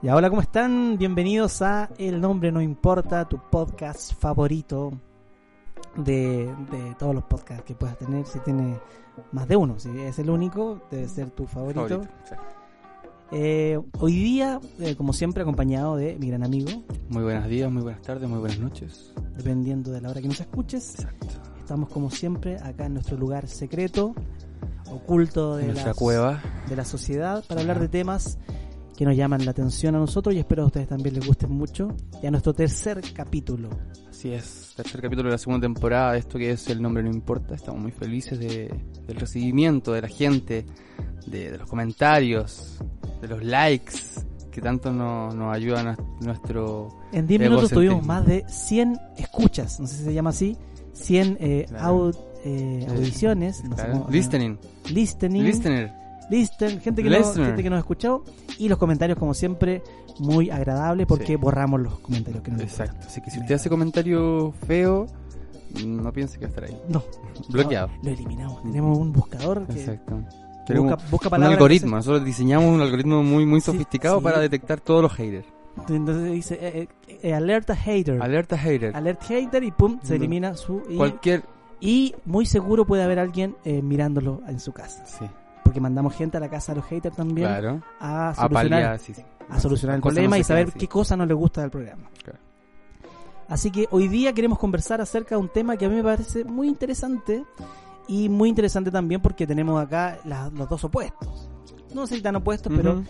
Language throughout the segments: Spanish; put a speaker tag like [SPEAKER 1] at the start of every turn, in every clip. [SPEAKER 1] Ya, hola, ¿cómo están? Bienvenidos a El Nombre No Importa, tu podcast favorito de, de todos los podcasts que puedas tener. Si tiene más de uno, si es el único, debe ser tu favorito.
[SPEAKER 2] Favorito, sí.
[SPEAKER 1] Eh, hoy día, eh, como siempre, acompañado de mi gran amigo,
[SPEAKER 2] Muy buenos días, muy buenas tardes, muy buenas noches.
[SPEAKER 1] dependiendo de la hora que nos escuches.
[SPEAKER 2] Exacto.
[SPEAKER 1] Estamos, como siempre, acá en nuestro lugar secreto, oculto de,
[SPEAKER 2] En nuestra
[SPEAKER 1] las-
[SPEAKER 2] cueva.
[SPEAKER 1] de la sociedad, para hablar de temas que nos llaman la atención a nosotros y espero a ustedes también les gusten mucho. Ya nuestro tercer capítulo.
[SPEAKER 2] Así es, tercer capítulo de la segunda temporada de esto que es El Nombre No Importa. Estamos muy felices de- del recibimiento de la gente, de, de los comentarios, de los likes que tanto nos, nos ayudan a nuestro...
[SPEAKER 1] En 10
[SPEAKER 2] Egocentrismo.
[SPEAKER 1] minutos tuvimos más de 100 escuchas, no sé si se llama así, 100 eh,
[SPEAKER 2] Claro.
[SPEAKER 1] au- eh, audiciones, no sé
[SPEAKER 2] Claro.
[SPEAKER 1] cómo- no.
[SPEAKER 2] Listening,
[SPEAKER 1] listening,
[SPEAKER 2] listener.
[SPEAKER 1] listen, gente que, no-
[SPEAKER 2] Listener.
[SPEAKER 1] gente que nos escuchó y los comentarios como siempre muy agradables porque
[SPEAKER 2] Sí.
[SPEAKER 1] borramos los comentarios que no nos
[SPEAKER 2] Exacto, así que si
[SPEAKER 1] Me
[SPEAKER 2] usted hace comentario feo, no piense que va a estar ahí.
[SPEAKER 1] gustan. No,
[SPEAKER 2] Bloqueado.
[SPEAKER 1] no, lo eliminamos. Tenemos un buscador que
[SPEAKER 2] Exacto. Tenemos
[SPEAKER 1] busca, busca
[SPEAKER 2] un
[SPEAKER 1] palabras.
[SPEAKER 2] algoritmo, nosotros diseñamos un algoritmo muy muy
[SPEAKER 1] Sí,
[SPEAKER 2] sofisticado
[SPEAKER 1] sí.
[SPEAKER 2] para detectar todos los haters.
[SPEAKER 1] Entonces, entonces dice eh, eh, eh, alerta hater.
[SPEAKER 2] Alerta hater.
[SPEAKER 1] Alert hater y pum, se
[SPEAKER 2] No.
[SPEAKER 1] elimina su. Y,
[SPEAKER 2] Cualquier.
[SPEAKER 1] y muy seguro puede haber alguien eh, mirándolo en su casa.
[SPEAKER 2] Sí,
[SPEAKER 1] porque mandamos gente a la casa de los haters también
[SPEAKER 2] claro.
[SPEAKER 1] a
[SPEAKER 2] A
[SPEAKER 1] solucionar,
[SPEAKER 2] paliar, sí, sí.
[SPEAKER 1] a solucionar el
[SPEAKER 2] Cosas
[SPEAKER 1] problema
[SPEAKER 2] no
[SPEAKER 1] y
[SPEAKER 2] se
[SPEAKER 1] saber
[SPEAKER 2] quedan así.
[SPEAKER 1] qué cosa no le gusta del programa.
[SPEAKER 2] Claro.
[SPEAKER 1] Así que hoy día queremos conversar acerca de un tema que a mí me parece muy interesante y muy interesante también porque tenemos acá la- los dos opuestos. No sé si tan opuestos, pero
[SPEAKER 2] Ujú.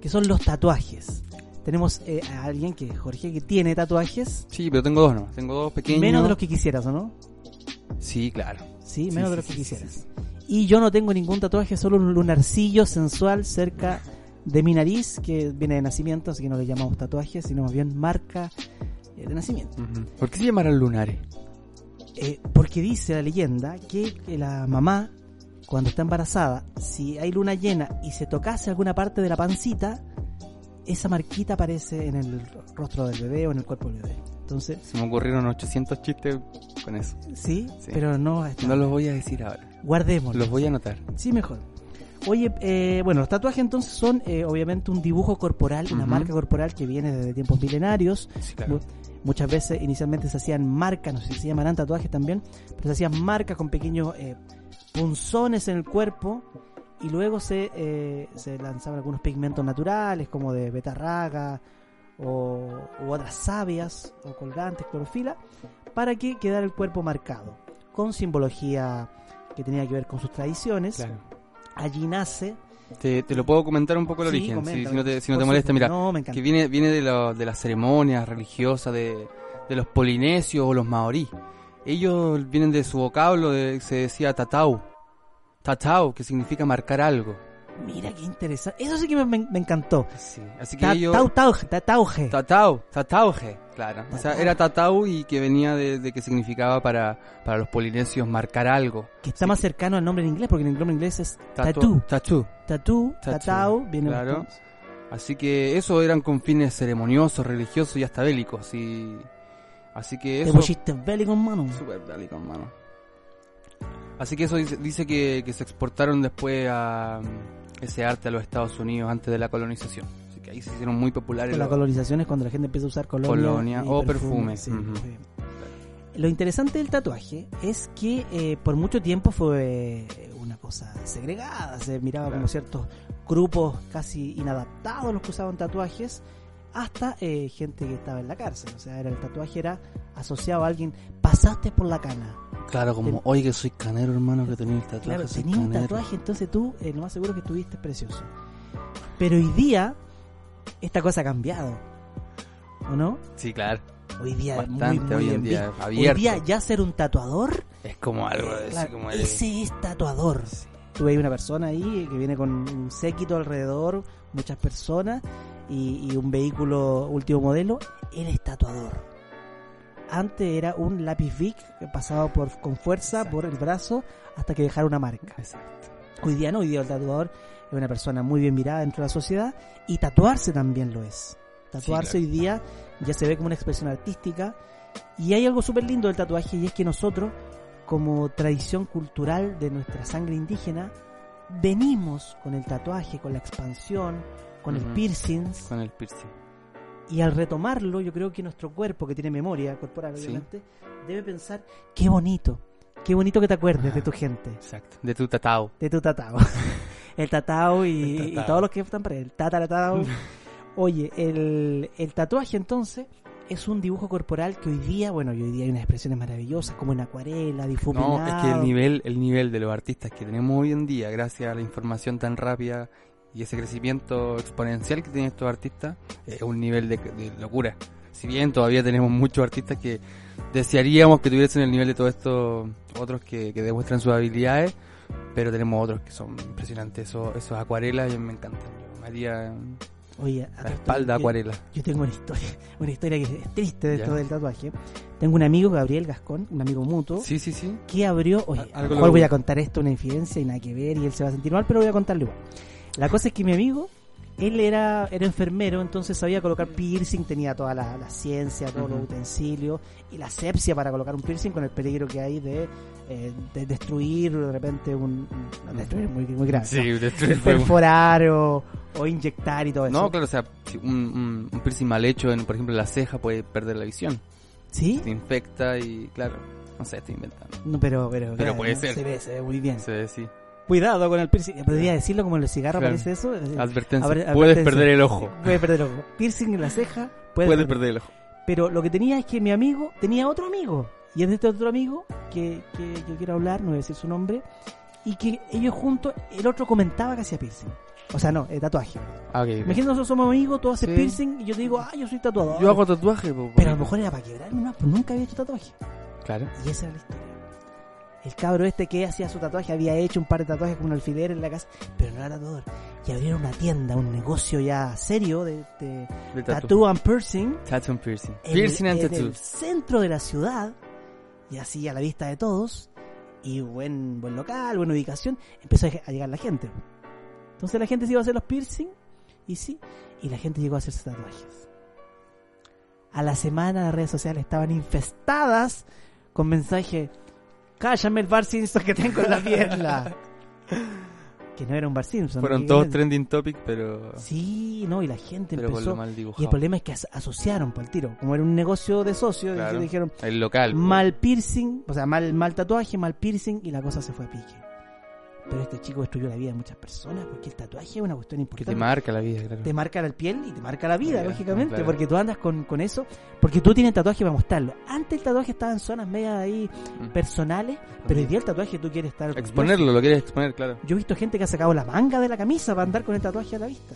[SPEAKER 1] que son los tatuajes. Tenemos eh, a alguien que es Jorge que tiene tatuajes,
[SPEAKER 2] Sí, pero tengo dos nomás. Tengo dos pequeños.
[SPEAKER 1] menos de los que quisieras, ¿o no?
[SPEAKER 2] Sí, claro.
[SPEAKER 1] Sí,
[SPEAKER 2] Sí,
[SPEAKER 1] menos
[SPEAKER 2] sí,
[SPEAKER 1] de los
[SPEAKER 2] sí,
[SPEAKER 1] que
[SPEAKER 2] sí, sí,
[SPEAKER 1] quisieras.
[SPEAKER 2] sí.
[SPEAKER 1] Y yo no tengo ningún tatuaje, solo un lunarcillo sensual cerca de mi nariz, que viene de nacimiento, así que no le llamamos tatuaje, sino más bien marca eh, de nacimiento.
[SPEAKER 2] Ujú. ¿Por qué se llamarán lunares?
[SPEAKER 1] Eh, porque dice la leyenda que que la mamá, cuando está embarazada, si hay luna llena y se tocase alguna parte de la pancita, esa marquita aparece en el rostro del bebé o en el cuerpo del bebé. Entonces,
[SPEAKER 2] Se me ocurrieron 800 chistes con eso.
[SPEAKER 1] sí,
[SPEAKER 2] Sí.
[SPEAKER 1] pero no, está.
[SPEAKER 2] No los voy a decir ahora.
[SPEAKER 1] guardémoslo.
[SPEAKER 2] Los voy a anotar.
[SPEAKER 1] Sí, mejor. Oye, eh, bueno, los tatuajes entonces son eh, obviamente un dibujo corporal, una
[SPEAKER 2] Ujú.
[SPEAKER 1] marca corporal que viene desde tiempos milenarios.
[SPEAKER 2] Sí, claro.
[SPEAKER 1] Muchas veces inicialmente se hacían marcas, no sé si se llamarán tatuajes también, pero se hacían marcas con pequeños eh, punzones en el cuerpo y luego se, eh, se lanzaban algunos pigmentos naturales como de betarraga o u otras sabias o colgantes, clorofila, para que quedara el cuerpo marcado, con simbología que tenía que ver con sus tradiciones
[SPEAKER 2] Claro.
[SPEAKER 1] allí nace.
[SPEAKER 2] Te, te lo puedo comentar un poco el
[SPEAKER 1] Sí,
[SPEAKER 2] origen, sí,
[SPEAKER 1] coméntame.
[SPEAKER 2] si no te, si no
[SPEAKER 1] Por
[SPEAKER 2] te molesta.
[SPEAKER 1] supuesto.
[SPEAKER 2] Mira,
[SPEAKER 1] No, me encanta.
[SPEAKER 2] que viene, viene de, lo- de las ceremonias religiosas de, de los polinesios o los maorí. Ellos vienen de su vocablo, de, se decía tatau. Tatau, que significa marcar algo.
[SPEAKER 1] Mira qué interesante. Eso sí que me, me- me encantó.
[SPEAKER 2] Sí, Así que
[SPEAKER 1] Ta-
[SPEAKER 2] ellos...
[SPEAKER 1] tau- tauge, ta- tauge.
[SPEAKER 2] Tatau, tatauge, claro. O sea,
[SPEAKER 1] Tatau.
[SPEAKER 2] era tatau y que venía de, de que significaba para, para los polinesios marcar algo.
[SPEAKER 1] Que está más cercano al nombre en inglés, porque el nombre en inglés es
[SPEAKER 2] Tatu-
[SPEAKER 1] tatú. Tatú,
[SPEAKER 2] Tatú. Tatú,
[SPEAKER 1] tatau, viene
[SPEAKER 2] claro.
[SPEAKER 1] juntos.
[SPEAKER 2] Así que eso eran con fines ceremoniosos, religiosos y hasta bélicos. Y... Así
[SPEAKER 1] Te
[SPEAKER 2] que eso...
[SPEAKER 1] pusiste bélico en mano.
[SPEAKER 2] Super bélico, hermano. Así que eso dice, dice que, que se exportaron después a mm, ese arte a los Estados Unidos antes de la colonización. Así que ahí se hicieron muy populares.
[SPEAKER 1] Con la
[SPEAKER 2] los-
[SPEAKER 1] colonización es cuando la gente empieza a usar colonia,
[SPEAKER 2] Colonia
[SPEAKER 1] y
[SPEAKER 2] o perfume,
[SPEAKER 1] sí,
[SPEAKER 2] ujú.
[SPEAKER 1] muy bien. Lo interesante del tatuaje es que eh, por mucho tiempo fue eh, una cosa segregada, se miraba
[SPEAKER 2] Claro.
[SPEAKER 1] como ciertos grupos casi inadaptados los que usaban tatuajes, hasta eh, gente que estaba en la cárcel, o sea, era el tatuaje era asociado a alguien, pasaste por la cana,
[SPEAKER 2] Claro, como,
[SPEAKER 1] Ten-
[SPEAKER 2] oye, soy canero, hermano, que tenía el tatuaje.
[SPEAKER 1] claro,
[SPEAKER 2] soy
[SPEAKER 1] tenías un
[SPEAKER 2] canero".
[SPEAKER 1] tatuaje, entonces tú eh, lo más seguro es que estuviste precioso. Pero hoy día esta cosa ha cambiado, ¿o no?
[SPEAKER 2] Sí, claro.
[SPEAKER 1] Hoy día es muy, muy
[SPEAKER 2] Bastante hoy
[SPEAKER 1] bien
[SPEAKER 2] en día.
[SPEAKER 1] visto. Hoy
[SPEAKER 2] Abierto.
[SPEAKER 1] día ya ser un tatuador
[SPEAKER 2] Es como algo de
[SPEAKER 1] Claro,
[SPEAKER 2] así como de-
[SPEAKER 1] ese es tatuador.
[SPEAKER 2] Sí.
[SPEAKER 1] Tuve ahí una persona ahí que viene con un séquito alrededor, muchas personas y, y un vehículo último modelo. Él es tatuador. Antes era un lápiz Vic que pasaba por, con fuerza
[SPEAKER 2] Exacto.
[SPEAKER 1] por el brazo hasta que dejara una marca.
[SPEAKER 2] Exacto.
[SPEAKER 1] Hoy día no, hoy día el tatuador es una persona muy bien mirada dentro de la sociedad y tatuarse también lo es. Tatuarse
[SPEAKER 2] Sí,
[SPEAKER 1] hoy día ya se ve como una expresión artística y hay algo súper lindo del tatuaje y es que nosotros, como tradición cultural de nuestra sangre indígena, venimos con el tatuaje, con la expansión, con el
[SPEAKER 2] Ujú.
[SPEAKER 1] piercings.
[SPEAKER 2] con el piercing.
[SPEAKER 1] Y al retomarlo, yo creo que nuestro cuerpo, que tiene memoria corporal,
[SPEAKER 2] Sí.
[SPEAKER 1] obviamente, debe pensar, qué bonito, qué bonito que te acuerdes de
[SPEAKER 2] Ah.
[SPEAKER 1] tu gente,
[SPEAKER 2] Exacto. De tu tatao.
[SPEAKER 1] de tu tatao. el tatao y,
[SPEAKER 2] El tatao.
[SPEAKER 1] y todos los que están para él. Tataratao. Oye, el, el tatuaje entonces es un dibujo corporal que hoy día, bueno, y hoy día hay unas expresiones maravillosas como en acuarela, difuminado.
[SPEAKER 2] No, es que el nivel, el nivel de los artistas que tenemos hoy en día, gracias a la información tan rápida y ese crecimiento exponencial que tienen estos artistas, es un nivel de, de locura. Si bien todavía tenemos muchos artistas que desearíamos que tuviesen el nivel de todos estos otros que, que demuestran sus habilidades, pero tenemos otros que son impresionantes. Esos, esos acuarelas y me encantan. Yo me haría
[SPEAKER 1] Oye, a
[SPEAKER 2] la
[SPEAKER 1] todo esto,
[SPEAKER 2] espalda
[SPEAKER 1] yo-
[SPEAKER 2] acuarela.
[SPEAKER 1] Yo tengo una historia, una historia que es triste de
[SPEAKER 2] Ya.
[SPEAKER 1] esto del tatuaje. Tengo un amigo, Gabriel Gascón, un amigo mutuo.
[SPEAKER 2] Sí, sí, sí.
[SPEAKER 1] que abrió. Oye,
[SPEAKER 2] Al-
[SPEAKER 1] a
[SPEAKER 2] algo
[SPEAKER 1] lo
[SPEAKER 2] lo-
[SPEAKER 1] mejor voy a contar esto, una infidencia y nada que ver, y él se va a sentir mal, pero voy a contarlo igual. La cosa es que mi amigo, él era, era enfermero, entonces sabía colocar piercing, tenía toda la, la ciencia, todos los
[SPEAKER 2] Ujú.
[SPEAKER 1] utensilios y la asepsia para colocar un piercing con el peligro que hay de, eh, de destruir de repente un. no, destruir es muy, muy grave. ¿no?
[SPEAKER 2] Sí, destruir fue-
[SPEAKER 1] Perforar o, o inyectar y todo eso.
[SPEAKER 2] No, claro, o sea, si un, un, un piercing mal hecho, en, por ejemplo, en la ceja puede perder la visión.
[SPEAKER 1] ¿Sí?
[SPEAKER 2] Te infecta y, claro, no sé, estoy inventando.
[SPEAKER 1] No, pero, pero, claro,
[SPEAKER 2] puede
[SPEAKER 1] ¿no?
[SPEAKER 2] ser.
[SPEAKER 1] Se ve, se ve muy bien.
[SPEAKER 2] Se ve, sí.
[SPEAKER 1] Cuidado con el piercing. Podría decirlo como en los cigarros,
[SPEAKER 2] Claro.
[SPEAKER 1] parece eso. eh,
[SPEAKER 2] Advertencia.
[SPEAKER 1] Abre-
[SPEAKER 2] puedes
[SPEAKER 1] advertencia.
[SPEAKER 2] perder el ojo.
[SPEAKER 1] Puede perder ojo. Piercing en la ceja, puede,
[SPEAKER 2] Puedes
[SPEAKER 1] perder.
[SPEAKER 2] perder. el ojo.
[SPEAKER 1] Pero lo que tenía es que mi amigo tenía otro amigo. Y es de este otro amigo que, que yo quiero hablar, no voy a decir su nombre. Y que ellos juntos, el otro comentaba que hacía piercing. O sea, no, eh, tatuaje.
[SPEAKER 2] Ah, ok.
[SPEAKER 1] Imagínate, nosotros somos amigos, tú haces
[SPEAKER 2] Sí.
[SPEAKER 1] piercing y yo te digo, ah, yo soy tatuador.
[SPEAKER 2] Yo hago tatuaje, po,
[SPEAKER 1] Pero a lo
[SPEAKER 2] po.
[SPEAKER 1] mejor era para quebrarme, no, pues nunca había hecho tatuaje.
[SPEAKER 2] Claro.
[SPEAKER 1] Y esa era la historia. El cabro este que hacía su tatuaje había hecho un par de tatuajes con un alfiler en la casa, pero no era tatuador. Y abrieron una tienda, un negocio ya serio de, de
[SPEAKER 2] De tatu.
[SPEAKER 1] tattoo and piercing.
[SPEAKER 2] Tattoo and piercing.
[SPEAKER 1] en
[SPEAKER 2] piercing and
[SPEAKER 1] el, en el
[SPEAKER 2] tattoos.
[SPEAKER 1] centro de la ciudad y así a la vista de todos y buen buen local buena ubicación empezó a a llegar la gente entonces la gente se iba a hacer los piercing y sí y la gente llegó a hacerse tatuajes a la semana las redes sociales estaban infestadas con mensajes cállame el Bar Simpson que tengo en la pierna que no era un Bar Simpson
[SPEAKER 2] Fueron
[SPEAKER 1] que-
[SPEAKER 2] todos trending topic, pero,
[SPEAKER 1] sí no y la gente
[SPEAKER 2] pero con
[SPEAKER 1] empezó
[SPEAKER 2] lo mal
[SPEAKER 1] y el
[SPEAKER 2] dibujado.
[SPEAKER 1] problema es que as- asociaron por el tiro. Como era un negocio de socios,
[SPEAKER 2] Claro.
[SPEAKER 1] y dijeron
[SPEAKER 2] El local. po.
[SPEAKER 1] mal piercing, o sea, mal, mal tatuaje, mal piercing, y la cosa se fue a pique. Pero este chico destruyó la vida de muchas personas porque el tatuaje es una cuestión
[SPEAKER 2] Que
[SPEAKER 1] importante.
[SPEAKER 2] te marca la vida, claro.
[SPEAKER 1] Te marca la piel y te marca la vida,
[SPEAKER 2] Ya,
[SPEAKER 1] lógicamente,
[SPEAKER 2] claro.
[SPEAKER 1] porque tú andas con, con eso, porque tú tienes tatuaje para mostrarlo. Antes el tatuaje estaba en zonas medias ahí
[SPEAKER 2] Mm.
[SPEAKER 1] personales, pero hoy día el tatuaje tú quieres estar... orgulloso.
[SPEAKER 2] Exponerlo, lo quieres exponer, claro.
[SPEAKER 1] Yo he visto gente que ha sacado la manga de la camisa para andar con el tatuaje a la vista.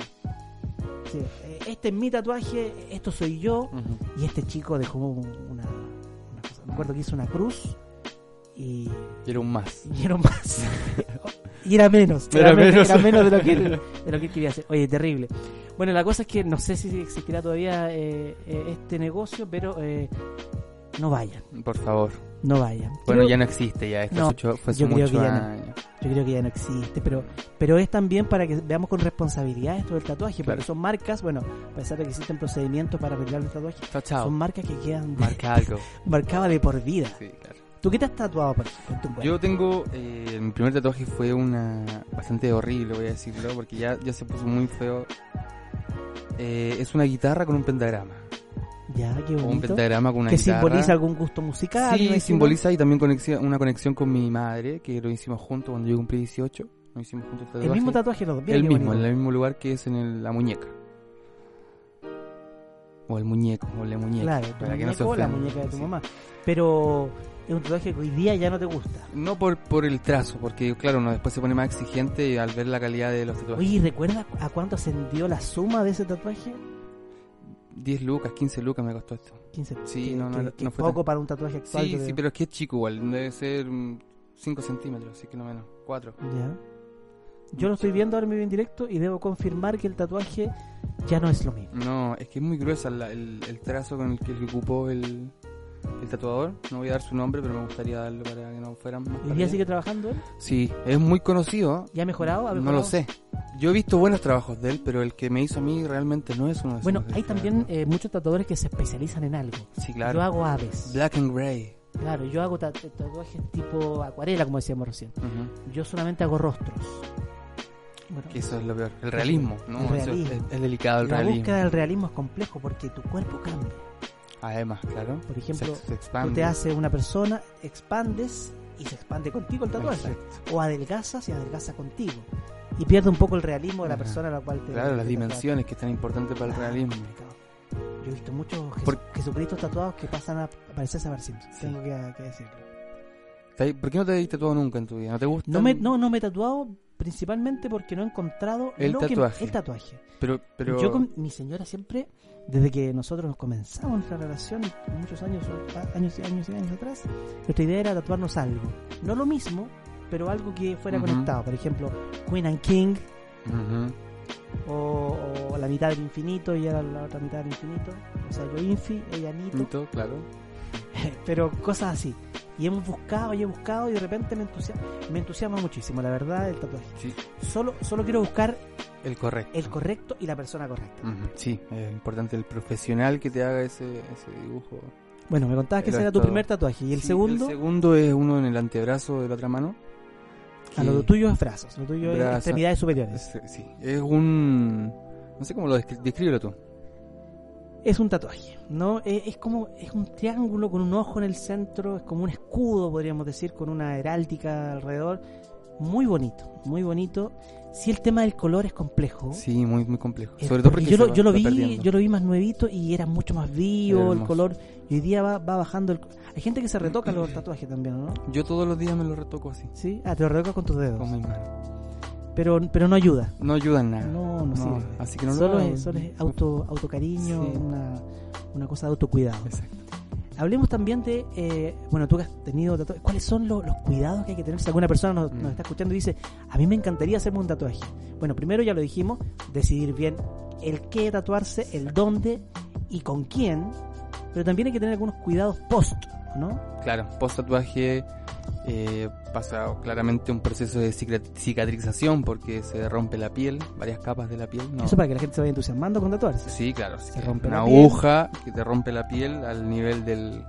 [SPEAKER 1] Sí, eh, este es mi tatuaje, esto soy yo,
[SPEAKER 2] Ujú.
[SPEAKER 1] y este chico dejó un- una, una cosa. Me acuerdo que hizo una cruz y,
[SPEAKER 2] Quiero un más.
[SPEAKER 1] y era un más. y era menos. Era,
[SPEAKER 2] Era
[SPEAKER 1] men-
[SPEAKER 2] menos.
[SPEAKER 1] era menos de lo, que él, de lo que él quería hacer. Oye, terrible. Bueno, la cosa es que no sé si existirá todavía eh, eh, este negocio, pero eh, no vayan,
[SPEAKER 2] Por favor.
[SPEAKER 1] no vayan.
[SPEAKER 2] Bueno,
[SPEAKER 1] Creo-
[SPEAKER 2] ya no existe, ya. Esto
[SPEAKER 1] No,
[SPEAKER 2] es ocho- fue hace
[SPEAKER 1] yo creo que
[SPEAKER 2] muchos
[SPEAKER 1] ya no.
[SPEAKER 2] años.
[SPEAKER 1] Yo creo que ya no existe, pero pero es también para que veamos con responsabilidad esto del tatuaje, porque
[SPEAKER 2] Claro.
[SPEAKER 1] son marcas, bueno, a pesar de que existen procedimientos para arreglar el tatuaje,
[SPEAKER 2] Chao, chao.
[SPEAKER 1] son marcas que quedan
[SPEAKER 2] Ah, Marca algo.
[SPEAKER 1] marcadas de por vida.
[SPEAKER 2] Sí, claro.
[SPEAKER 1] ¿Tú qué te has tatuado por ejemplo, en tu cuerpo?
[SPEAKER 2] Yo tengo, eh, mi primer tatuaje fue una bastante horrible, voy a decirlo, porque ya, ya se puso muy feo. Eh, es una guitarra con un pentagrama.
[SPEAKER 1] ya, qué
[SPEAKER 2] O un
[SPEAKER 1] bonito.
[SPEAKER 2] pentagrama con una
[SPEAKER 1] Que
[SPEAKER 2] guitarra.
[SPEAKER 1] simboliza algún gusto musical. me
[SPEAKER 2] Sí,
[SPEAKER 1] imagino.
[SPEAKER 2] simboliza y también conexión, una conexión con mi madre, que lo hicimos juntos cuando yo cumplí 18. Nos hicimos juntos el
[SPEAKER 1] El
[SPEAKER 2] tatuaje.
[SPEAKER 1] mismo tatuaje los dos. mira
[SPEAKER 2] El
[SPEAKER 1] qué
[SPEAKER 2] mismo, en
[SPEAKER 1] bonito.
[SPEAKER 2] el mismo lugar que es en el- la muñeca. O el muñeco, o la muñeca.
[SPEAKER 1] Claro, tu
[SPEAKER 2] para que no
[SPEAKER 1] muñeco
[SPEAKER 2] se
[SPEAKER 1] o la
[SPEAKER 2] ofendan.
[SPEAKER 1] muñeca de tu
[SPEAKER 2] Sí.
[SPEAKER 1] mamá. Pero es un tatuaje que hoy día ya no te gusta.
[SPEAKER 2] No por, por el trazo, porque claro, uno después se pone más exigente al ver la calidad de los tatuajes.
[SPEAKER 1] Oye, ¿y ¿recuerdas a cuánto ascendió la suma de ese tatuaje?
[SPEAKER 2] 10 lucas, 15 lucas me costó esto.
[SPEAKER 1] 15.
[SPEAKER 2] Sí,
[SPEAKER 1] que-
[SPEAKER 2] no, no,
[SPEAKER 1] que-
[SPEAKER 2] no
[SPEAKER 1] que
[SPEAKER 2] fue
[SPEAKER 1] poco
[SPEAKER 2] tan-
[SPEAKER 1] para un tatuaje actual.
[SPEAKER 2] Sí,
[SPEAKER 1] yo
[SPEAKER 2] sí,
[SPEAKER 1] creo.
[SPEAKER 2] pero es que es chico igual, debe ser 5 centímetros, así que no menos, 4.
[SPEAKER 1] Ya. Yo lo estoy viendo ahora en vivo en directo y debo confirmar que el tatuaje ya no es lo mismo.
[SPEAKER 2] No, es que es muy gruesa la- el, el trazo con el que el que ocupó el, el tatuador. No voy a dar su nombre, pero me gustaría darlo para que no fueran más.
[SPEAKER 1] Hoy
[SPEAKER 2] para
[SPEAKER 1] día
[SPEAKER 2] allá.
[SPEAKER 1] sigue trabajando él.
[SPEAKER 2] Sí, es muy conocido.
[SPEAKER 1] ¿Ya ha mejorado? ¿Ha
[SPEAKER 2] No
[SPEAKER 1] mejorado?
[SPEAKER 2] lo sé. Yo he visto buenos trabajos de él, pero el que me hizo a mí realmente no es uno de
[SPEAKER 1] Bueno,
[SPEAKER 2] esos
[SPEAKER 1] hay
[SPEAKER 2] que-
[SPEAKER 1] también eh, muchos tatuadores que se especializan en algo.
[SPEAKER 2] Sí,
[SPEAKER 1] Yo
[SPEAKER 2] claro.
[SPEAKER 1] hago aves.
[SPEAKER 2] Black and Grey.
[SPEAKER 1] Claro, yo hago ta- tatuajes tipo acuarela, como decíamos recién.
[SPEAKER 2] Ujú.
[SPEAKER 1] Yo solamente hago rostros. Bueno,
[SPEAKER 2] Que eso es lo peor. El realismo, ¿no?
[SPEAKER 1] El
[SPEAKER 2] Eso es-
[SPEAKER 1] realismo.
[SPEAKER 2] es, es delicado el
[SPEAKER 1] la
[SPEAKER 2] realismo.
[SPEAKER 1] búsqueda del realismo es complejo porque tu cuerpo cambia.
[SPEAKER 2] Además, claro.
[SPEAKER 1] Por ejemplo,
[SPEAKER 2] se, se
[SPEAKER 1] Tú
[SPEAKER 2] expande.
[SPEAKER 1] te haces una persona, expandes y se expande contigo el tatuaje.
[SPEAKER 2] Exacto.
[SPEAKER 1] O adelgazas y adelgaza contigo. Y pierde un poco el realismo de la
[SPEAKER 2] Ajá.
[SPEAKER 1] persona a la cual te.
[SPEAKER 2] Claro, las
[SPEAKER 1] te tatuaste.
[SPEAKER 2] dimensiones que están importantes para el
[SPEAKER 1] Ah,
[SPEAKER 2] realismo.
[SPEAKER 1] complicado. Yo he visto muchos Jesu-
[SPEAKER 2] Por-
[SPEAKER 1] Jesucristos tatuados que pasan a parecerse a Bart Simpson.
[SPEAKER 2] Sí.
[SPEAKER 1] Tengo que, que decirlo.
[SPEAKER 2] ¿Está ahí? ¿Por qué no te has tatuado nunca en tu vida? ¿No te gusta?
[SPEAKER 1] No me, no, no me he tatuado principalmente porque no he encontrado
[SPEAKER 2] El
[SPEAKER 1] lo que-
[SPEAKER 2] tatuaje.
[SPEAKER 1] el tatuaje.
[SPEAKER 2] Pero, pero...
[SPEAKER 1] Yo con mi señora siempre, desde que nosotros comenzamos nuestra relación, muchos años, a- años y años y años atrás, nuestra idea era tatuarnos algo. No lo mismo, pero algo que fuera
[SPEAKER 2] Ujú.
[SPEAKER 1] conectado. Por ejemplo, Queen and King
[SPEAKER 2] Ujú.
[SPEAKER 1] o, o la mitad del infinito y era la otra mitad del infinito. O sea, yo infi, ella nito.
[SPEAKER 2] Punto, claro.
[SPEAKER 1] pero cosas así. Y hemos buscado y he buscado y de repente me entusiasma, me entusiasma muchísimo, la verdad, el tatuaje.
[SPEAKER 2] Sí,
[SPEAKER 1] Solo, solo quiero buscar
[SPEAKER 2] el correcto.
[SPEAKER 1] el correcto y la persona correcta.
[SPEAKER 2] Ujú, Sí, es importante el profesional que te haga ese, ese dibujo.
[SPEAKER 1] Bueno, me contabas que
[SPEAKER 2] Pero
[SPEAKER 1] ese era
[SPEAKER 2] es
[SPEAKER 1] tu
[SPEAKER 2] todo.
[SPEAKER 1] primer tatuaje y el
[SPEAKER 2] Sí,
[SPEAKER 1] segundo,
[SPEAKER 2] El segundo es uno en el antebrazo de la otra mano.
[SPEAKER 1] a lo
[SPEAKER 2] que-
[SPEAKER 1] tuyo es brazos, lo tuyo es
[SPEAKER 2] Brazo.
[SPEAKER 1] extremidades superiores.
[SPEAKER 2] es- sí, es un... No sé cómo lo descri- descríbelo tú.
[SPEAKER 1] Es un tatuaje, ¿no? Es, es como, es un triángulo con un ojo en el centro, es como un escudo, podríamos decir, con una heráldica alrededor. Muy bonito, muy bonito. Sí, el tema del color es complejo.
[SPEAKER 2] Sí, muy, muy complejo.
[SPEAKER 1] ¿Oh? Eh,
[SPEAKER 2] Sobre todo porque
[SPEAKER 1] yo,
[SPEAKER 2] se
[SPEAKER 1] lo,
[SPEAKER 2] va-
[SPEAKER 1] yo lo
[SPEAKER 2] va
[SPEAKER 1] vi,
[SPEAKER 2] perdiendo.
[SPEAKER 1] yo lo vi más nuevito y era mucho más
[SPEAKER 2] Era
[SPEAKER 1] vivo el
[SPEAKER 2] hermoso.
[SPEAKER 1] color. Y hoy día va, va bajando el... co- Hay gente que se retoca los tatuajes también, ¿no?
[SPEAKER 2] Yo todos los días me lo retoco así,
[SPEAKER 1] Sí. Ah, te lo retocas con tus dedos.
[SPEAKER 2] con mis manos.
[SPEAKER 1] Pero, pero no ayuda.
[SPEAKER 2] No ayudan nada.
[SPEAKER 1] No, no,
[SPEAKER 2] No,
[SPEAKER 1] sirve.
[SPEAKER 2] así que no lo
[SPEAKER 1] solo,
[SPEAKER 2] hagan.
[SPEAKER 1] es, solo es auto, autocariño,
[SPEAKER 2] Sí.
[SPEAKER 1] una, una cosa de autocuidado.
[SPEAKER 2] Exacto.
[SPEAKER 1] Hablemos también de, eh, bueno, tú que has tenido tatuajes, ¿cuáles son lo- los cuidados que hay que tener? Si alguna persona nos,
[SPEAKER 2] Mm.
[SPEAKER 1] nos está escuchando y dice, a mí me encantaría hacerme un tatuaje. Bueno, primero ya lo dijimos, decidir bien el qué tatuarse, el dónde y con quién, pero también hay que tener algunos cuidados post, ¿no?
[SPEAKER 2] Claro, post tatuaje eh, pasa claramente un proceso de cicla- cicatrización porque se rompe la piel, varias capas de la piel. No.
[SPEAKER 1] Eso para que la gente se vaya entusiasmando con tatuarse.
[SPEAKER 2] Sí, claro. así
[SPEAKER 1] Se
[SPEAKER 2] que
[SPEAKER 1] rompe
[SPEAKER 2] una
[SPEAKER 1] la piel.
[SPEAKER 2] aguja que te rompe la piel al nivel del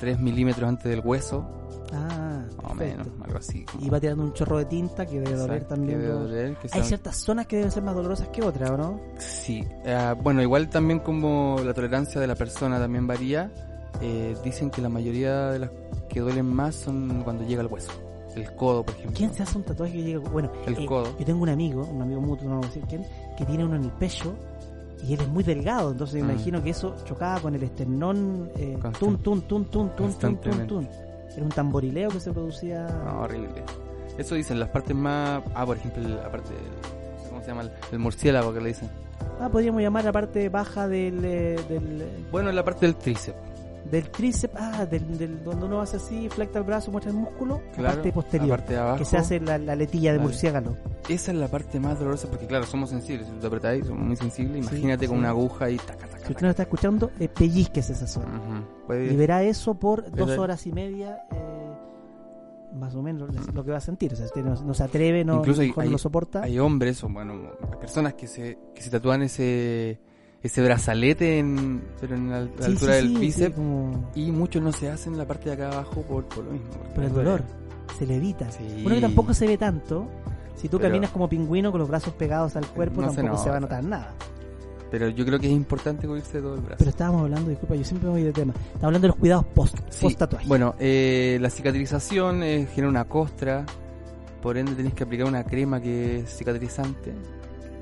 [SPEAKER 2] 3 milímetros antes del hueso,
[SPEAKER 1] Ah,
[SPEAKER 2] más o
[SPEAKER 1] perfecto.
[SPEAKER 2] menos, algo así.
[SPEAKER 1] Y va tirando un chorro de tinta que debe doler
[SPEAKER 2] Exacto,
[SPEAKER 1] también.
[SPEAKER 2] que debe
[SPEAKER 1] ¿no?
[SPEAKER 2] doler, que
[SPEAKER 1] Hay
[SPEAKER 2] son-
[SPEAKER 1] ciertas zonas que deben ser más dolorosas que otras, ¿o no?
[SPEAKER 2] Sí, ah, bueno, igual también como la tolerancia de la persona también varía, eh, dicen que la mayoría de las que duelen más son cuando llega el hueso. El codo, por ejemplo.
[SPEAKER 1] ¿Quién se hace un tatuaje que llega? Bueno,
[SPEAKER 2] El
[SPEAKER 1] eh,
[SPEAKER 2] codo.
[SPEAKER 1] yo tengo un amigo, un amigo mutuo, no voy a decir quién, que tiene uno en el pecho y él es muy delgado, entonces me
[SPEAKER 2] Mm.
[SPEAKER 1] imagino que eso chocaba con el esternón eh,
[SPEAKER 2] Constant-
[SPEAKER 1] tun, tun, tun, tun, tun, tun, tun,
[SPEAKER 2] Constantemente.
[SPEAKER 1] tun. Era un tamborileo que se producía.
[SPEAKER 2] No, horrible. Eso dicen, las partes más... Ah, por ejemplo, la parte... del- no sé ¿Cómo se llama? El, el murciélago que le dicen.
[SPEAKER 1] Ah, podríamos llamar la parte baja del, eh, del,
[SPEAKER 2] Bueno, la parte del tríceps.
[SPEAKER 1] del tríceps, ah, del, del- donde uno hace así, flecta el brazo, muestra el músculo, la
[SPEAKER 2] Claro,
[SPEAKER 1] parte posterior,
[SPEAKER 2] La parte de abajo.
[SPEAKER 1] que se hace la, la letilla de
[SPEAKER 2] Vale.
[SPEAKER 1] murciélago.
[SPEAKER 2] Esa es la parte más dolorosa porque, claro, somos sensibles. Si tú te apretáis, somos muy sensibles.
[SPEAKER 1] Sí,
[SPEAKER 2] Imagínate con
[SPEAKER 1] sí.
[SPEAKER 2] una aguja y taca, taca,
[SPEAKER 1] Si usted
[SPEAKER 2] taca.
[SPEAKER 1] nos está escuchando, eh, pellizques esa zona.
[SPEAKER 2] Ujú. Puede-
[SPEAKER 1] y verá eso por dos
[SPEAKER 2] Pero-
[SPEAKER 1] horas y media, eh, más o menos lo- lo que va a sentir. O sea, usted no, no se atreve, no,
[SPEAKER 2] Incluso hay-
[SPEAKER 1] mejor no
[SPEAKER 2] hay-
[SPEAKER 1] lo soporta.
[SPEAKER 2] Hay hombres, o bueno, hay personas que se, que se tatúan ese, ese brazalete en, pero en la, la
[SPEAKER 1] Sí,
[SPEAKER 2] altura
[SPEAKER 1] sí,
[SPEAKER 2] del
[SPEAKER 1] sí, sí,
[SPEAKER 2] bíceps.
[SPEAKER 1] como-
[SPEAKER 2] Y muchos no se hacen la parte de acá abajo por, por lo mismo. porque
[SPEAKER 1] Por el
[SPEAKER 2] duele.
[SPEAKER 1] dolor, se le evita.
[SPEAKER 2] Sí.
[SPEAKER 1] Uno que tampoco se ve tanto. Si tú
[SPEAKER 2] Pero-
[SPEAKER 1] caminas como pingüino con los brazos pegados al cuerpo,
[SPEAKER 2] No se
[SPEAKER 1] tampoco se, va a
[SPEAKER 2] nota.
[SPEAKER 1] notar nada.
[SPEAKER 2] Pero yo creo que es importante cubrirse todo el brazo.
[SPEAKER 1] Pero estábamos hablando, disculpa, yo siempre me voy de tema. Estábamos hablando de los cuidados post,
[SPEAKER 2] Sí,
[SPEAKER 1] post tatuaje.
[SPEAKER 2] Bueno, eh, la cicatrización eh, genera una costra, por ende tenés que aplicar una crema que es cicatrizante.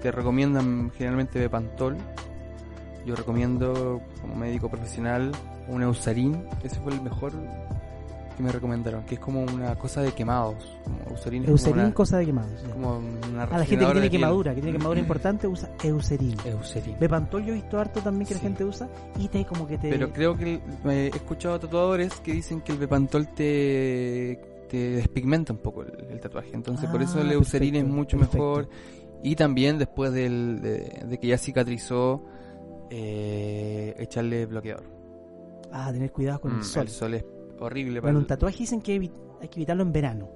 [SPEAKER 2] Te recomiendan generalmente Bepantol. Yo recomiendo como médico profesional un Eucerin. Ese fue el mejor que me recomendaron, que es como una cosa de quemados. Como Eucerin es
[SPEAKER 1] Eucerin,
[SPEAKER 2] como
[SPEAKER 1] cosa de quemados. ya.
[SPEAKER 2] una, como una
[SPEAKER 1] A la gente que tiene quemadura, que tiene
[SPEAKER 2] Mm.
[SPEAKER 1] quemadura importante, usa Eucerin.
[SPEAKER 2] Eucerin.
[SPEAKER 1] Bepantol yo he visto harto también que la
[SPEAKER 2] Eh. Sí.
[SPEAKER 1] gente usa y te como que te...
[SPEAKER 2] Pero creo que el- eh, he escuchado a tatuadores que dicen que el Bepantol te, te despigmenta un poco el, el tatuaje. Entonces, por
[SPEAKER 1] Ah,
[SPEAKER 2] eso el Eucerin
[SPEAKER 1] perfecto,
[SPEAKER 2] es mucho
[SPEAKER 1] perfecto.
[SPEAKER 2] mejor. Y también después del- de, de que ya cicatrizó, eh, echarle bloqueador.
[SPEAKER 1] Ah, tener cuidado con
[SPEAKER 2] Mm,
[SPEAKER 1] el sol.
[SPEAKER 2] es horrible para
[SPEAKER 1] Bueno, un
[SPEAKER 2] el-
[SPEAKER 1] tatuaje dicen que evi- hay que evitarlo en verano,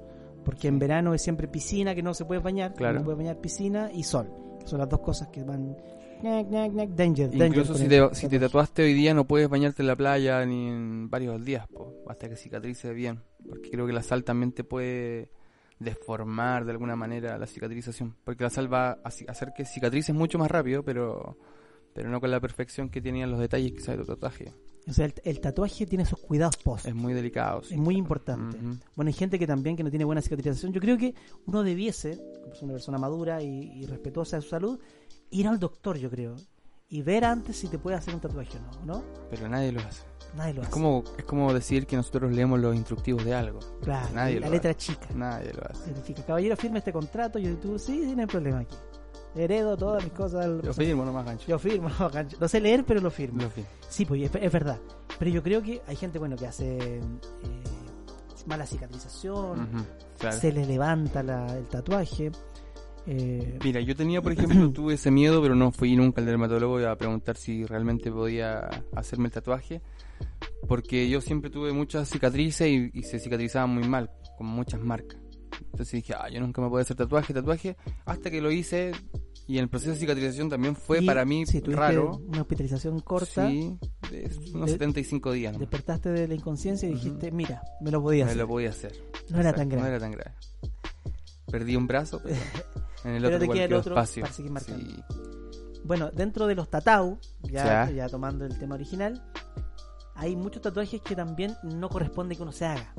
[SPEAKER 1] porque en verano es siempre piscina, que no se puede bañar,
[SPEAKER 2] Claro.
[SPEAKER 1] no se puede bañar piscina y sol. Son las dos cosas que van... Ñac, ñac, ñac, danger, danger
[SPEAKER 2] Incluso
[SPEAKER 1] con
[SPEAKER 2] si
[SPEAKER 1] el
[SPEAKER 2] te, si
[SPEAKER 1] tatuaje.
[SPEAKER 2] te tatuaste hoy día no puedes bañarte en la playa ni en varios días, po, hasta que cicatrice bien. Porque creo que la sal también te puede deformar de alguna manera la cicatrización. Porque la sal va a ci- hacer que cicatrices mucho más rápido, pero, pero no con la perfección que tenían los detalles quizás de tu tatuaje.
[SPEAKER 1] O sea, el, el tatuaje tiene sus cuidados post.
[SPEAKER 2] Es muy delicado. sí.
[SPEAKER 1] Es muy importante.
[SPEAKER 2] Em- Ujú.
[SPEAKER 1] Bueno, hay gente que también que no tiene buena cicatrización. Yo creo que uno debiese, como es una persona madura y, y respetuosa de su salud, ir al doctor, yo creo. Y ver antes si te puede hacer un tatuaje o no, ¿no?
[SPEAKER 2] Pero nadie lo hace.
[SPEAKER 1] Nadie lo
[SPEAKER 2] Es
[SPEAKER 1] hace.
[SPEAKER 2] como, es como decir que nosotros leemos los instructivos de algo.
[SPEAKER 1] Claro,
[SPEAKER 2] Nadie
[SPEAKER 1] la
[SPEAKER 2] lo
[SPEAKER 1] letra chica.
[SPEAKER 2] Nadie lo hace.
[SPEAKER 1] Significa, caballero, firme este contrato. Yo, y tú, sí, sí, no hay problema aquí. Heredo todas mis cosas. al-
[SPEAKER 2] Yo firmo nomás gancho.
[SPEAKER 1] Yo firmo, no, gancho. no sé leer, pero lo firmo.
[SPEAKER 2] Lo firmo.
[SPEAKER 1] Sí, pues es, es verdad. Pero yo creo que hay gente, bueno, que hace eh, mala cicatrización,
[SPEAKER 2] Ujú, claro.
[SPEAKER 1] se le levanta la- el tatuaje. eh,
[SPEAKER 2] Mira, yo tenía, por ejemplo, tuve ese miedo, pero no fui nunca al dermatólogo a preguntar si realmente podía hacerme el tatuaje, porque yo siempre tuve muchas cicatrices y, y se cicatrizaban muy mal, con muchas marcas. Entonces dije, ah, yo nunca me puedo hacer tatuaje, tatuaje, hasta que lo hice y el proceso de cicatrización también fue
[SPEAKER 1] y
[SPEAKER 2] para mí
[SPEAKER 1] sí, tuviste
[SPEAKER 2] raro.
[SPEAKER 1] Una hospitalización corta,
[SPEAKER 2] Sí, de unos
[SPEAKER 1] De-
[SPEAKER 2] 75 días. ¿no?
[SPEAKER 1] despertaste de la inconsciencia y
[SPEAKER 2] Ujú.
[SPEAKER 1] dijiste, mira, me lo podía
[SPEAKER 2] Me
[SPEAKER 1] hacer.
[SPEAKER 2] lo podía hacer.
[SPEAKER 1] No era
[SPEAKER 2] Exacto,
[SPEAKER 1] tan grave.
[SPEAKER 2] No era tan grave. Perdí un brazo, pero en el
[SPEAKER 1] Pero
[SPEAKER 2] otro
[SPEAKER 1] te
[SPEAKER 2] igual
[SPEAKER 1] queda el
[SPEAKER 2] quedó
[SPEAKER 1] otro
[SPEAKER 2] espacio.
[SPEAKER 1] para seguir marcando.
[SPEAKER 2] Sí.
[SPEAKER 1] Bueno, dentro de los tatau, ya,
[SPEAKER 2] Ya.
[SPEAKER 1] ya tomando el tema original, hay muchos tatuajes que también no corresponde que uno se haga.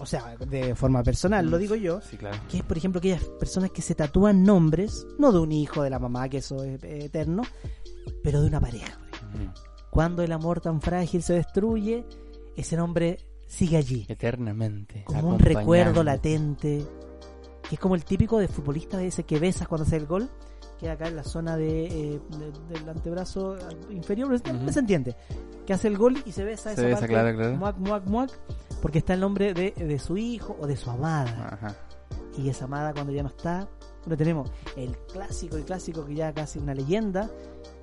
[SPEAKER 1] O sea, de forma personal, lo digo yo.
[SPEAKER 2] Sí, claro.
[SPEAKER 1] que es por ejemplo aquellas personas que se tatúan nombres, no de un hijo, de la mamá, que eso es eh, eterno, pero de una pareja. por ejemplo.
[SPEAKER 2] Ujú.
[SPEAKER 1] Cuando el amor tan frágil se destruye, ese nombre sigue allí,
[SPEAKER 2] Eternamente.
[SPEAKER 1] como un
[SPEAKER 2] acompañando.
[SPEAKER 1] recuerdo latente, que es como el típico de futbolista ese que besas cuando hace el gol, que acá en la zona de, eh, de- del antebrazo inferior, pero
[SPEAKER 2] Ujú.
[SPEAKER 1] se entiende, que hace el gol y se besa
[SPEAKER 2] Se
[SPEAKER 1] esa
[SPEAKER 2] besa,
[SPEAKER 1] parte,
[SPEAKER 2] claro, claro.
[SPEAKER 1] muac, muac, muac, porque está el nombre de, de su hijo o de su amada
[SPEAKER 2] Ajá.
[SPEAKER 1] y es amada cuando ya no está. Bueno, tenemos el clásico, el clásico que ya casi una leyenda,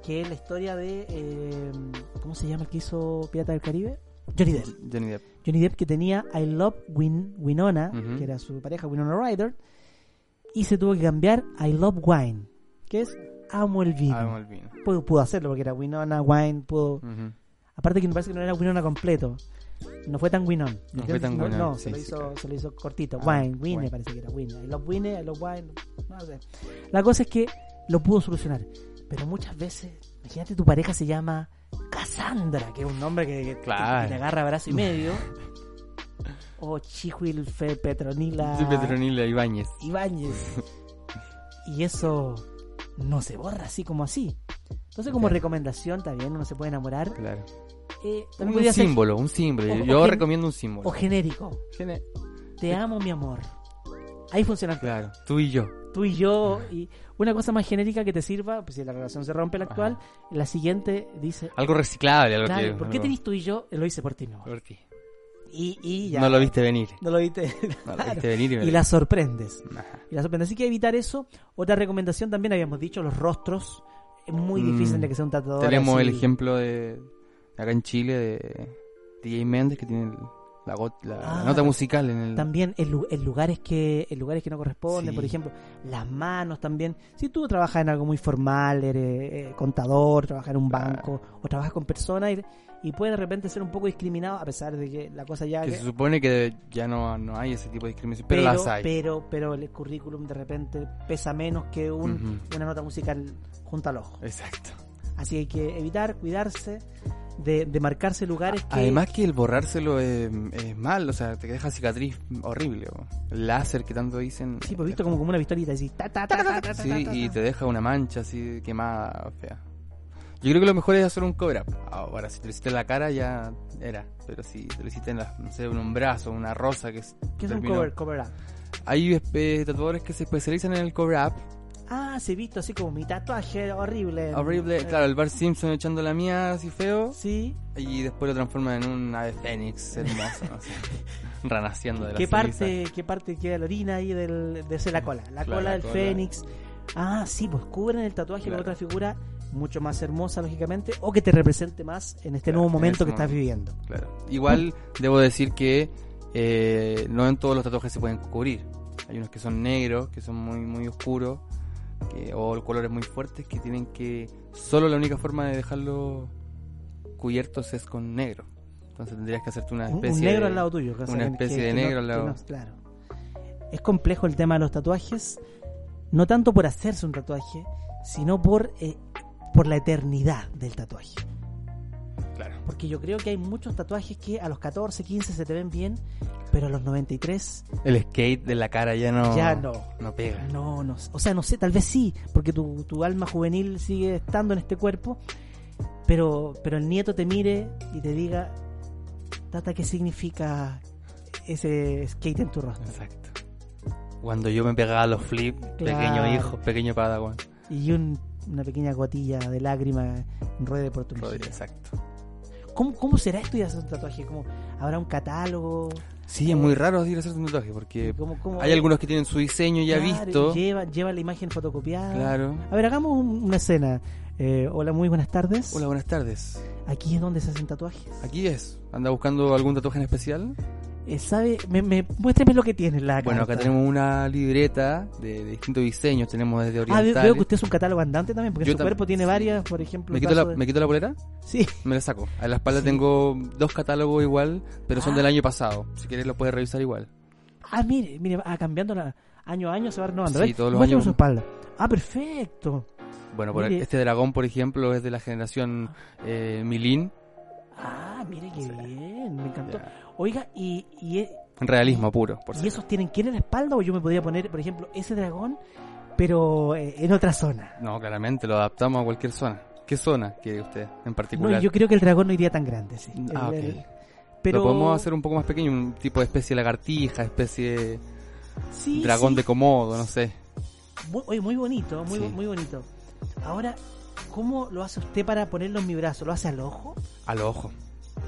[SPEAKER 1] que es la historia de. eh, ¿Cómo se llama el que hizo Pirata del Caribe? Johnny Depp.
[SPEAKER 2] Johnny Depp.
[SPEAKER 1] Johnny Depp que tenía I Love Win Winona,
[SPEAKER 2] Ujú.
[SPEAKER 1] que era su pareja Winona Ryder, y se tuvo que cambiar I Love Wine, que es Amo el vino.
[SPEAKER 2] Amo el vino.
[SPEAKER 1] Pudo, pudo hacerlo porque era Winona, Wine, pudo.
[SPEAKER 2] Ujú.
[SPEAKER 1] Aparte que me parece que no era Winona completo. No fue tan Winon.
[SPEAKER 2] No fue tan
[SPEAKER 1] no,
[SPEAKER 2] Winon,
[SPEAKER 1] no,
[SPEAKER 2] sí,
[SPEAKER 1] se, lo
[SPEAKER 2] sí,
[SPEAKER 1] hizo,
[SPEAKER 2] claro.
[SPEAKER 1] se lo hizo cortito.
[SPEAKER 2] Ah,
[SPEAKER 1] wine, Wine,
[SPEAKER 2] Wine.
[SPEAKER 1] parece que era Wine. I love Wine, I love Wine. No sé. La cosa es que lo pudo solucionar. Pero muchas veces, imagínate tu pareja se llama Cassandra, que es un nombre que, que-
[SPEAKER 2] Claro.
[SPEAKER 1] que te agarra brazo y medio. o Chihuilfe Petronila.
[SPEAKER 2] Sí, Petronila Ibáñez.
[SPEAKER 1] Ibáñez. y eso no se borra así como así. Entonces, como
[SPEAKER 2] Ya.
[SPEAKER 1] recomendación, también uno se puede enamorar.
[SPEAKER 2] Claro.
[SPEAKER 1] Eh,
[SPEAKER 2] Un,
[SPEAKER 1] también podría ser
[SPEAKER 2] símbolo, un símbolo.
[SPEAKER 1] o- o
[SPEAKER 2] Yo
[SPEAKER 1] gen-
[SPEAKER 2] recomiendo un
[SPEAKER 1] o
[SPEAKER 2] símbolo.
[SPEAKER 1] genérico.
[SPEAKER 2] Tiene-
[SPEAKER 1] Te amo, mi amor. Ahí funciona.
[SPEAKER 2] Claro, tú y yo.
[SPEAKER 1] Tú y yo. Y una cosa más genérica que te sirva, pues si la relación se rompe la actual, la siguiente dice.
[SPEAKER 2] Algo reciclable, algo
[SPEAKER 1] Claro,
[SPEAKER 2] que-
[SPEAKER 1] ¿por qué
[SPEAKER 2] algo-
[SPEAKER 1] tenés tú y yo? Lo hice por ti, mi amor.
[SPEAKER 2] por ti?
[SPEAKER 1] Y, y ya.
[SPEAKER 2] No lo viste venir.
[SPEAKER 1] No lo viste.
[SPEAKER 2] No lo
[SPEAKER 1] Claro.
[SPEAKER 2] viste venir.
[SPEAKER 1] Y la sorprendes.
[SPEAKER 2] Ajá.
[SPEAKER 1] Y la sorprendes. Así que evitar eso. Otra recomendación también habíamos dicho, los rostros. Es muy
[SPEAKER 2] Mm.
[SPEAKER 1] difícil de que sea un tatuador.
[SPEAKER 2] Tenemos
[SPEAKER 1] así.
[SPEAKER 2] el ejemplo de acá en Chile de DJ Méndez que tiene la, got- la- la
[SPEAKER 1] Ah,
[SPEAKER 2] nota musical en el
[SPEAKER 1] También en, lu- en lugares que en lugares que no corresponden,
[SPEAKER 2] Mm. Sí.
[SPEAKER 1] por ejemplo, las manos también. Si tú trabajas en algo muy formal, eres eh, contador, trabajas en un
[SPEAKER 2] Claro.
[SPEAKER 1] banco o trabajas con personas y, y puedes de repente ser un poco discriminado a pesar de que la cosa ya...
[SPEAKER 2] que
[SPEAKER 1] que-
[SPEAKER 2] se supone que ya no, no hay ese tipo de discriminación, pero, las hay.
[SPEAKER 1] pero pero el currículum de repente pesa menos que un-
[SPEAKER 2] Ujú. Eh.
[SPEAKER 1] una nota musical junto al ojo.
[SPEAKER 2] Exacto.
[SPEAKER 1] Así que hay que evitar, cuidarse de, de marcarse lugares que...
[SPEAKER 2] Además que el borrárselo es, es mal, o sea, te deja cicatriz horrible. o El láser que tanto dicen. eh,
[SPEAKER 1] Sí, pues visto como, como una pistolita, así, ta, ta, ta, ta, ta, ta, ta,
[SPEAKER 2] Sí,
[SPEAKER 1] ta,
[SPEAKER 2] y
[SPEAKER 1] ta.
[SPEAKER 2] te deja una mancha así quemada, fea. Yo creo que lo mejor es hacer un cover up. Ahora, si te lo hiciste en la cara ya era. Pero si te lo hiciste en, la, no sé, en un brazo, una rosa que es-
[SPEAKER 1] ¿Qué es un
[SPEAKER 2] terminó.
[SPEAKER 1] cover, cover up?
[SPEAKER 2] Hay eh, tatuadores que se especializan en el cover up.
[SPEAKER 1] Ah, se visto así como mi tatuaje horrible.
[SPEAKER 2] Horrible,
[SPEAKER 1] Eh,
[SPEAKER 2] claro, el Bart Simpson echando la mía así feo.
[SPEAKER 1] Sí.
[SPEAKER 2] Y después lo transforman en un ave fénix hermoso, no sé. Renaciendo de la
[SPEAKER 1] ¿Qué
[SPEAKER 2] ceniza.
[SPEAKER 1] parte, ¿Qué parte queda la orina ahí del, de ese, la cola? La
[SPEAKER 2] Claro,
[SPEAKER 1] cola
[SPEAKER 2] la
[SPEAKER 1] del
[SPEAKER 2] cola.
[SPEAKER 1] fénix. Ah, sí, pues cubren el tatuaje con
[SPEAKER 2] Claro.
[SPEAKER 1] otra figura mucho más hermosa, lógicamente, o que te represente más en este
[SPEAKER 2] Claro,
[SPEAKER 1] nuevo
[SPEAKER 2] en
[SPEAKER 1] momento
[SPEAKER 2] ese
[SPEAKER 1] que estás
[SPEAKER 2] momento.
[SPEAKER 1] viviendo.
[SPEAKER 2] Claro. Igual debo decir que eh, no en todos los tatuajes se pueden cubrir. Hay unos que son negros, que son muy muy oscuros, que- o colores muy fuertes, que tienen que... Solo la única forma de dejarlo cubiertos es con negro. Entonces tendrías que hacerte una
[SPEAKER 1] Un-
[SPEAKER 2] especie
[SPEAKER 1] Un, negro
[SPEAKER 2] de-
[SPEAKER 1] al lado tuyo. cosa
[SPEAKER 2] una
[SPEAKER 1] que-
[SPEAKER 2] especie
[SPEAKER 1] que-
[SPEAKER 2] de
[SPEAKER 1] que no-
[SPEAKER 2] negro al
[SPEAKER 1] que
[SPEAKER 2] lado.
[SPEAKER 1] no- claro. es complejo el tema de los tatuajes, no tanto por hacerse un tatuaje, sino por, eh, por la eternidad del tatuaje.
[SPEAKER 2] Claro.
[SPEAKER 1] Porque yo creo que hay muchos tatuajes que a los 14, 15 se te ven bien, pero a los 93
[SPEAKER 2] El skate de la cara ya no,
[SPEAKER 1] ya no.
[SPEAKER 2] no pega.
[SPEAKER 1] No, no. O sea, no sé, tal vez sí, porque tu, tu alma juvenil sigue estando en este cuerpo, pero, pero el nieto te mire y te diga, Tata, ¿qué significa ese skate en tu rostro?
[SPEAKER 2] Exacto. Cuando yo me pegaba los flips,
[SPEAKER 1] Claro.
[SPEAKER 2] pequeño hijo, pequeño padawan.
[SPEAKER 1] Y un- una pequeña gotilla de lágrima ruede por tu
[SPEAKER 2] Rodri-
[SPEAKER 1] mejilla.
[SPEAKER 2] Exacto.
[SPEAKER 1] ¿Cómo, ¿Cómo será esto de hacer un tatuaje? ¿Cómo, ¿Habrá un catálogo?
[SPEAKER 2] Sí, es muy raro ir a hacer un tatuaje porque
[SPEAKER 1] ¿Cómo- cómo-
[SPEAKER 2] Eh, hay algunos que tienen su diseño ya
[SPEAKER 1] Claro,
[SPEAKER 2] visto.
[SPEAKER 1] Lleva, lleva la imagen fotocopiada.
[SPEAKER 2] Claro.
[SPEAKER 1] A ver, hagamos un- una escena. Eh, hola, muy buenas tardes.
[SPEAKER 2] Hola, buenas tardes.
[SPEAKER 1] Aquí es donde se hacen tatuajes.
[SPEAKER 2] Aquí es. ¿Anda buscando algún tatuaje en especial?
[SPEAKER 1] Eh, ¿Sabe? Me, me- muéstrame lo que tiene la
[SPEAKER 2] Bueno, acá
[SPEAKER 1] carta.
[SPEAKER 2] tenemos una libreta de, de distintos diseños. Tenemos desde
[SPEAKER 1] Ah,
[SPEAKER 2] oriental.
[SPEAKER 1] veo, veo que usted es un catálogo andante también, porque
[SPEAKER 2] Yo
[SPEAKER 1] su
[SPEAKER 2] tam-
[SPEAKER 1] cuerpo tiene
[SPEAKER 2] sí.
[SPEAKER 1] varias, por ejemplo.
[SPEAKER 2] ¿Me quito, la,
[SPEAKER 1] vaso de-
[SPEAKER 2] ¿Me quito la polera?
[SPEAKER 1] Sí,
[SPEAKER 2] Me la saco. A la espalda
[SPEAKER 1] Sí.
[SPEAKER 2] tengo dos catálogos igual, pero son
[SPEAKER 1] Ah.
[SPEAKER 2] del año pasado. Si quieres lo puedes revisar igual.
[SPEAKER 1] ah, mire, mire, ah, cambiando la- año a año se va renovando.
[SPEAKER 2] Sí,
[SPEAKER 1] A ver,
[SPEAKER 2] todos los
[SPEAKER 1] muéstrame
[SPEAKER 2] años-
[SPEAKER 1] su espalda. Ah, perfecto.
[SPEAKER 2] Bueno, por
[SPEAKER 1] Mire.
[SPEAKER 2] este dragón, por ejemplo, es de la generación eh, Milín.
[SPEAKER 1] Ah, mire qué
[SPEAKER 2] Sí.
[SPEAKER 1] bien, me encantó.
[SPEAKER 2] Ya.
[SPEAKER 1] Oiga, y, y, e-
[SPEAKER 2] Eh, Realismo puro, por
[SPEAKER 1] ¿y
[SPEAKER 2] si
[SPEAKER 1] esos tienen quién en la espalda? O yo me podría poner, por ejemplo, ese dragón, pero eh, en otra zona.
[SPEAKER 2] acaso. No, claramente, lo adaptamos a cualquier zona. ¿Qué zona quiere usted en
[SPEAKER 1] No,
[SPEAKER 2] particular?
[SPEAKER 1] yo creo que el dragón no iría tan grande, sí.
[SPEAKER 2] Ah,
[SPEAKER 1] El-
[SPEAKER 2] ok.
[SPEAKER 1] el- pero
[SPEAKER 2] Lo podemos hacer un poco más pequeño, un tipo de especie de lagartija, especie de
[SPEAKER 1] Sí,
[SPEAKER 2] dragón
[SPEAKER 1] sí.
[SPEAKER 2] de comodo, no sé.
[SPEAKER 1] Muy, oye, muy bonito, muy,
[SPEAKER 2] Sí.
[SPEAKER 1] muy bonito. Ahora, ¿cómo lo hace usted para ponerlo en mi brazo? ¿Lo hace al ojo?
[SPEAKER 2] Al ojo,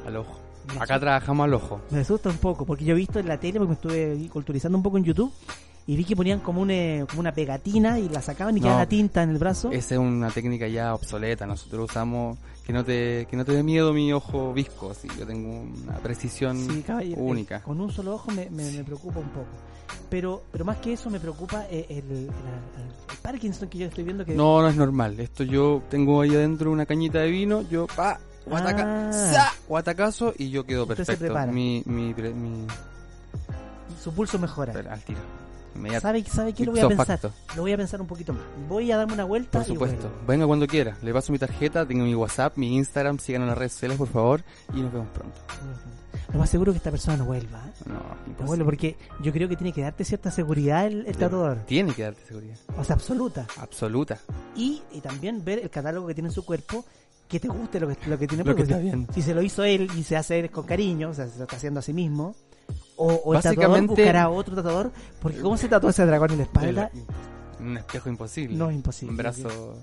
[SPEAKER 2] al ojo.
[SPEAKER 1] Me
[SPEAKER 2] Acá
[SPEAKER 1] asusta-
[SPEAKER 2] trabajamos al ojo.
[SPEAKER 1] Me asusta un poco, porque yo he visto en la tele, porque me estuve ahí culturizando un poco en YouTube, y vi que ponían como, un, eh, como una pegatina y la sacaban y
[SPEAKER 2] No.
[SPEAKER 1] quedaba la tinta en el brazo.
[SPEAKER 2] Esa es una técnica ya obsoleta, nosotros usamos que no te, que no te dé miedo mi ojo visco, así yo tengo una precisión
[SPEAKER 1] Sí, caballero, eh,
[SPEAKER 2] única.
[SPEAKER 1] Con un solo ojo me, me- me preocupa un poco. Pero pero más que eso, me preocupa eh, el, el- el Parkinson que yo estoy viendo que...
[SPEAKER 2] No, no es normal. Esto yo tengo ahí adentro una cañita de vino, yo pa, guataca,
[SPEAKER 1] Ah.
[SPEAKER 2] sa, guatacazo y yo quedo
[SPEAKER 1] Usted se
[SPEAKER 2] perfecto.
[SPEAKER 1] prepara.
[SPEAKER 2] Mi, mi, pre- mi-
[SPEAKER 1] Su pulso mejora.
[SPEAKER 2] espera, al tiro. Inmediato.
[SPEAKER 1] ¿Sabe, ¿Sabe qué? Lo voy a
[SPEAKER 2] Ipso
[SPEAKER 1] pensar.
[SPEAKER 2] facto.
[SPEAKER 1] Lo voy a pensar un poquito más. Voy a darme una vuelta
[SPEAKER 2] Por
[SPEAKER 1] y
[SPEAKER 2] supuesto.
[SPEAKER 1] vuelvo.
[SPEAKER 2] Venga cuando quiera. Le paso mi tarjeta, tengo mi WhatsApp, mi Instagram, sigan en las redes sociales, por favor, y nos vemos pronto.
[SPEAKER 1] Lo más seguro es que esta persona no vuelva. ¿eh?
[SPEAKER 2] No,
[SPEAKER 1] No
[SPEAKER 2] imposible.
[SPEAKER 1] vuelva porque yo creo que tiene que darte cierta seguridad el, el tatuador.
[SPEAKER 2] Tiene que darte seguridad.
[SPEAKER 1] O sea, absoluta.
[SPEAKER 2] Absoluta.
[SPEAKER 1] Y, y también ver el catálogo que tiene en su cuerpo, que te guste lo que, lo que tiene.
[SPEAKER 2] Lo que
[SPEAKER 1] porque
[SPEAKER 2] está bien.
[SPEAKER 1] Si se lo hizo él y se hace él con cariño, o sea, se lo está haciendo a sí mismo. O, o el tatuador
[SPEAKER 2] Básicamente-
[SPEAKER 1] buscará a otro tatuador. Porque cómo se tatúa ese dragón en la espalda,
[SPEAKER 2] El- un espejo imposible.
[SPEAKER 1] no es imposible.
[SPEAKER 2] Un brazo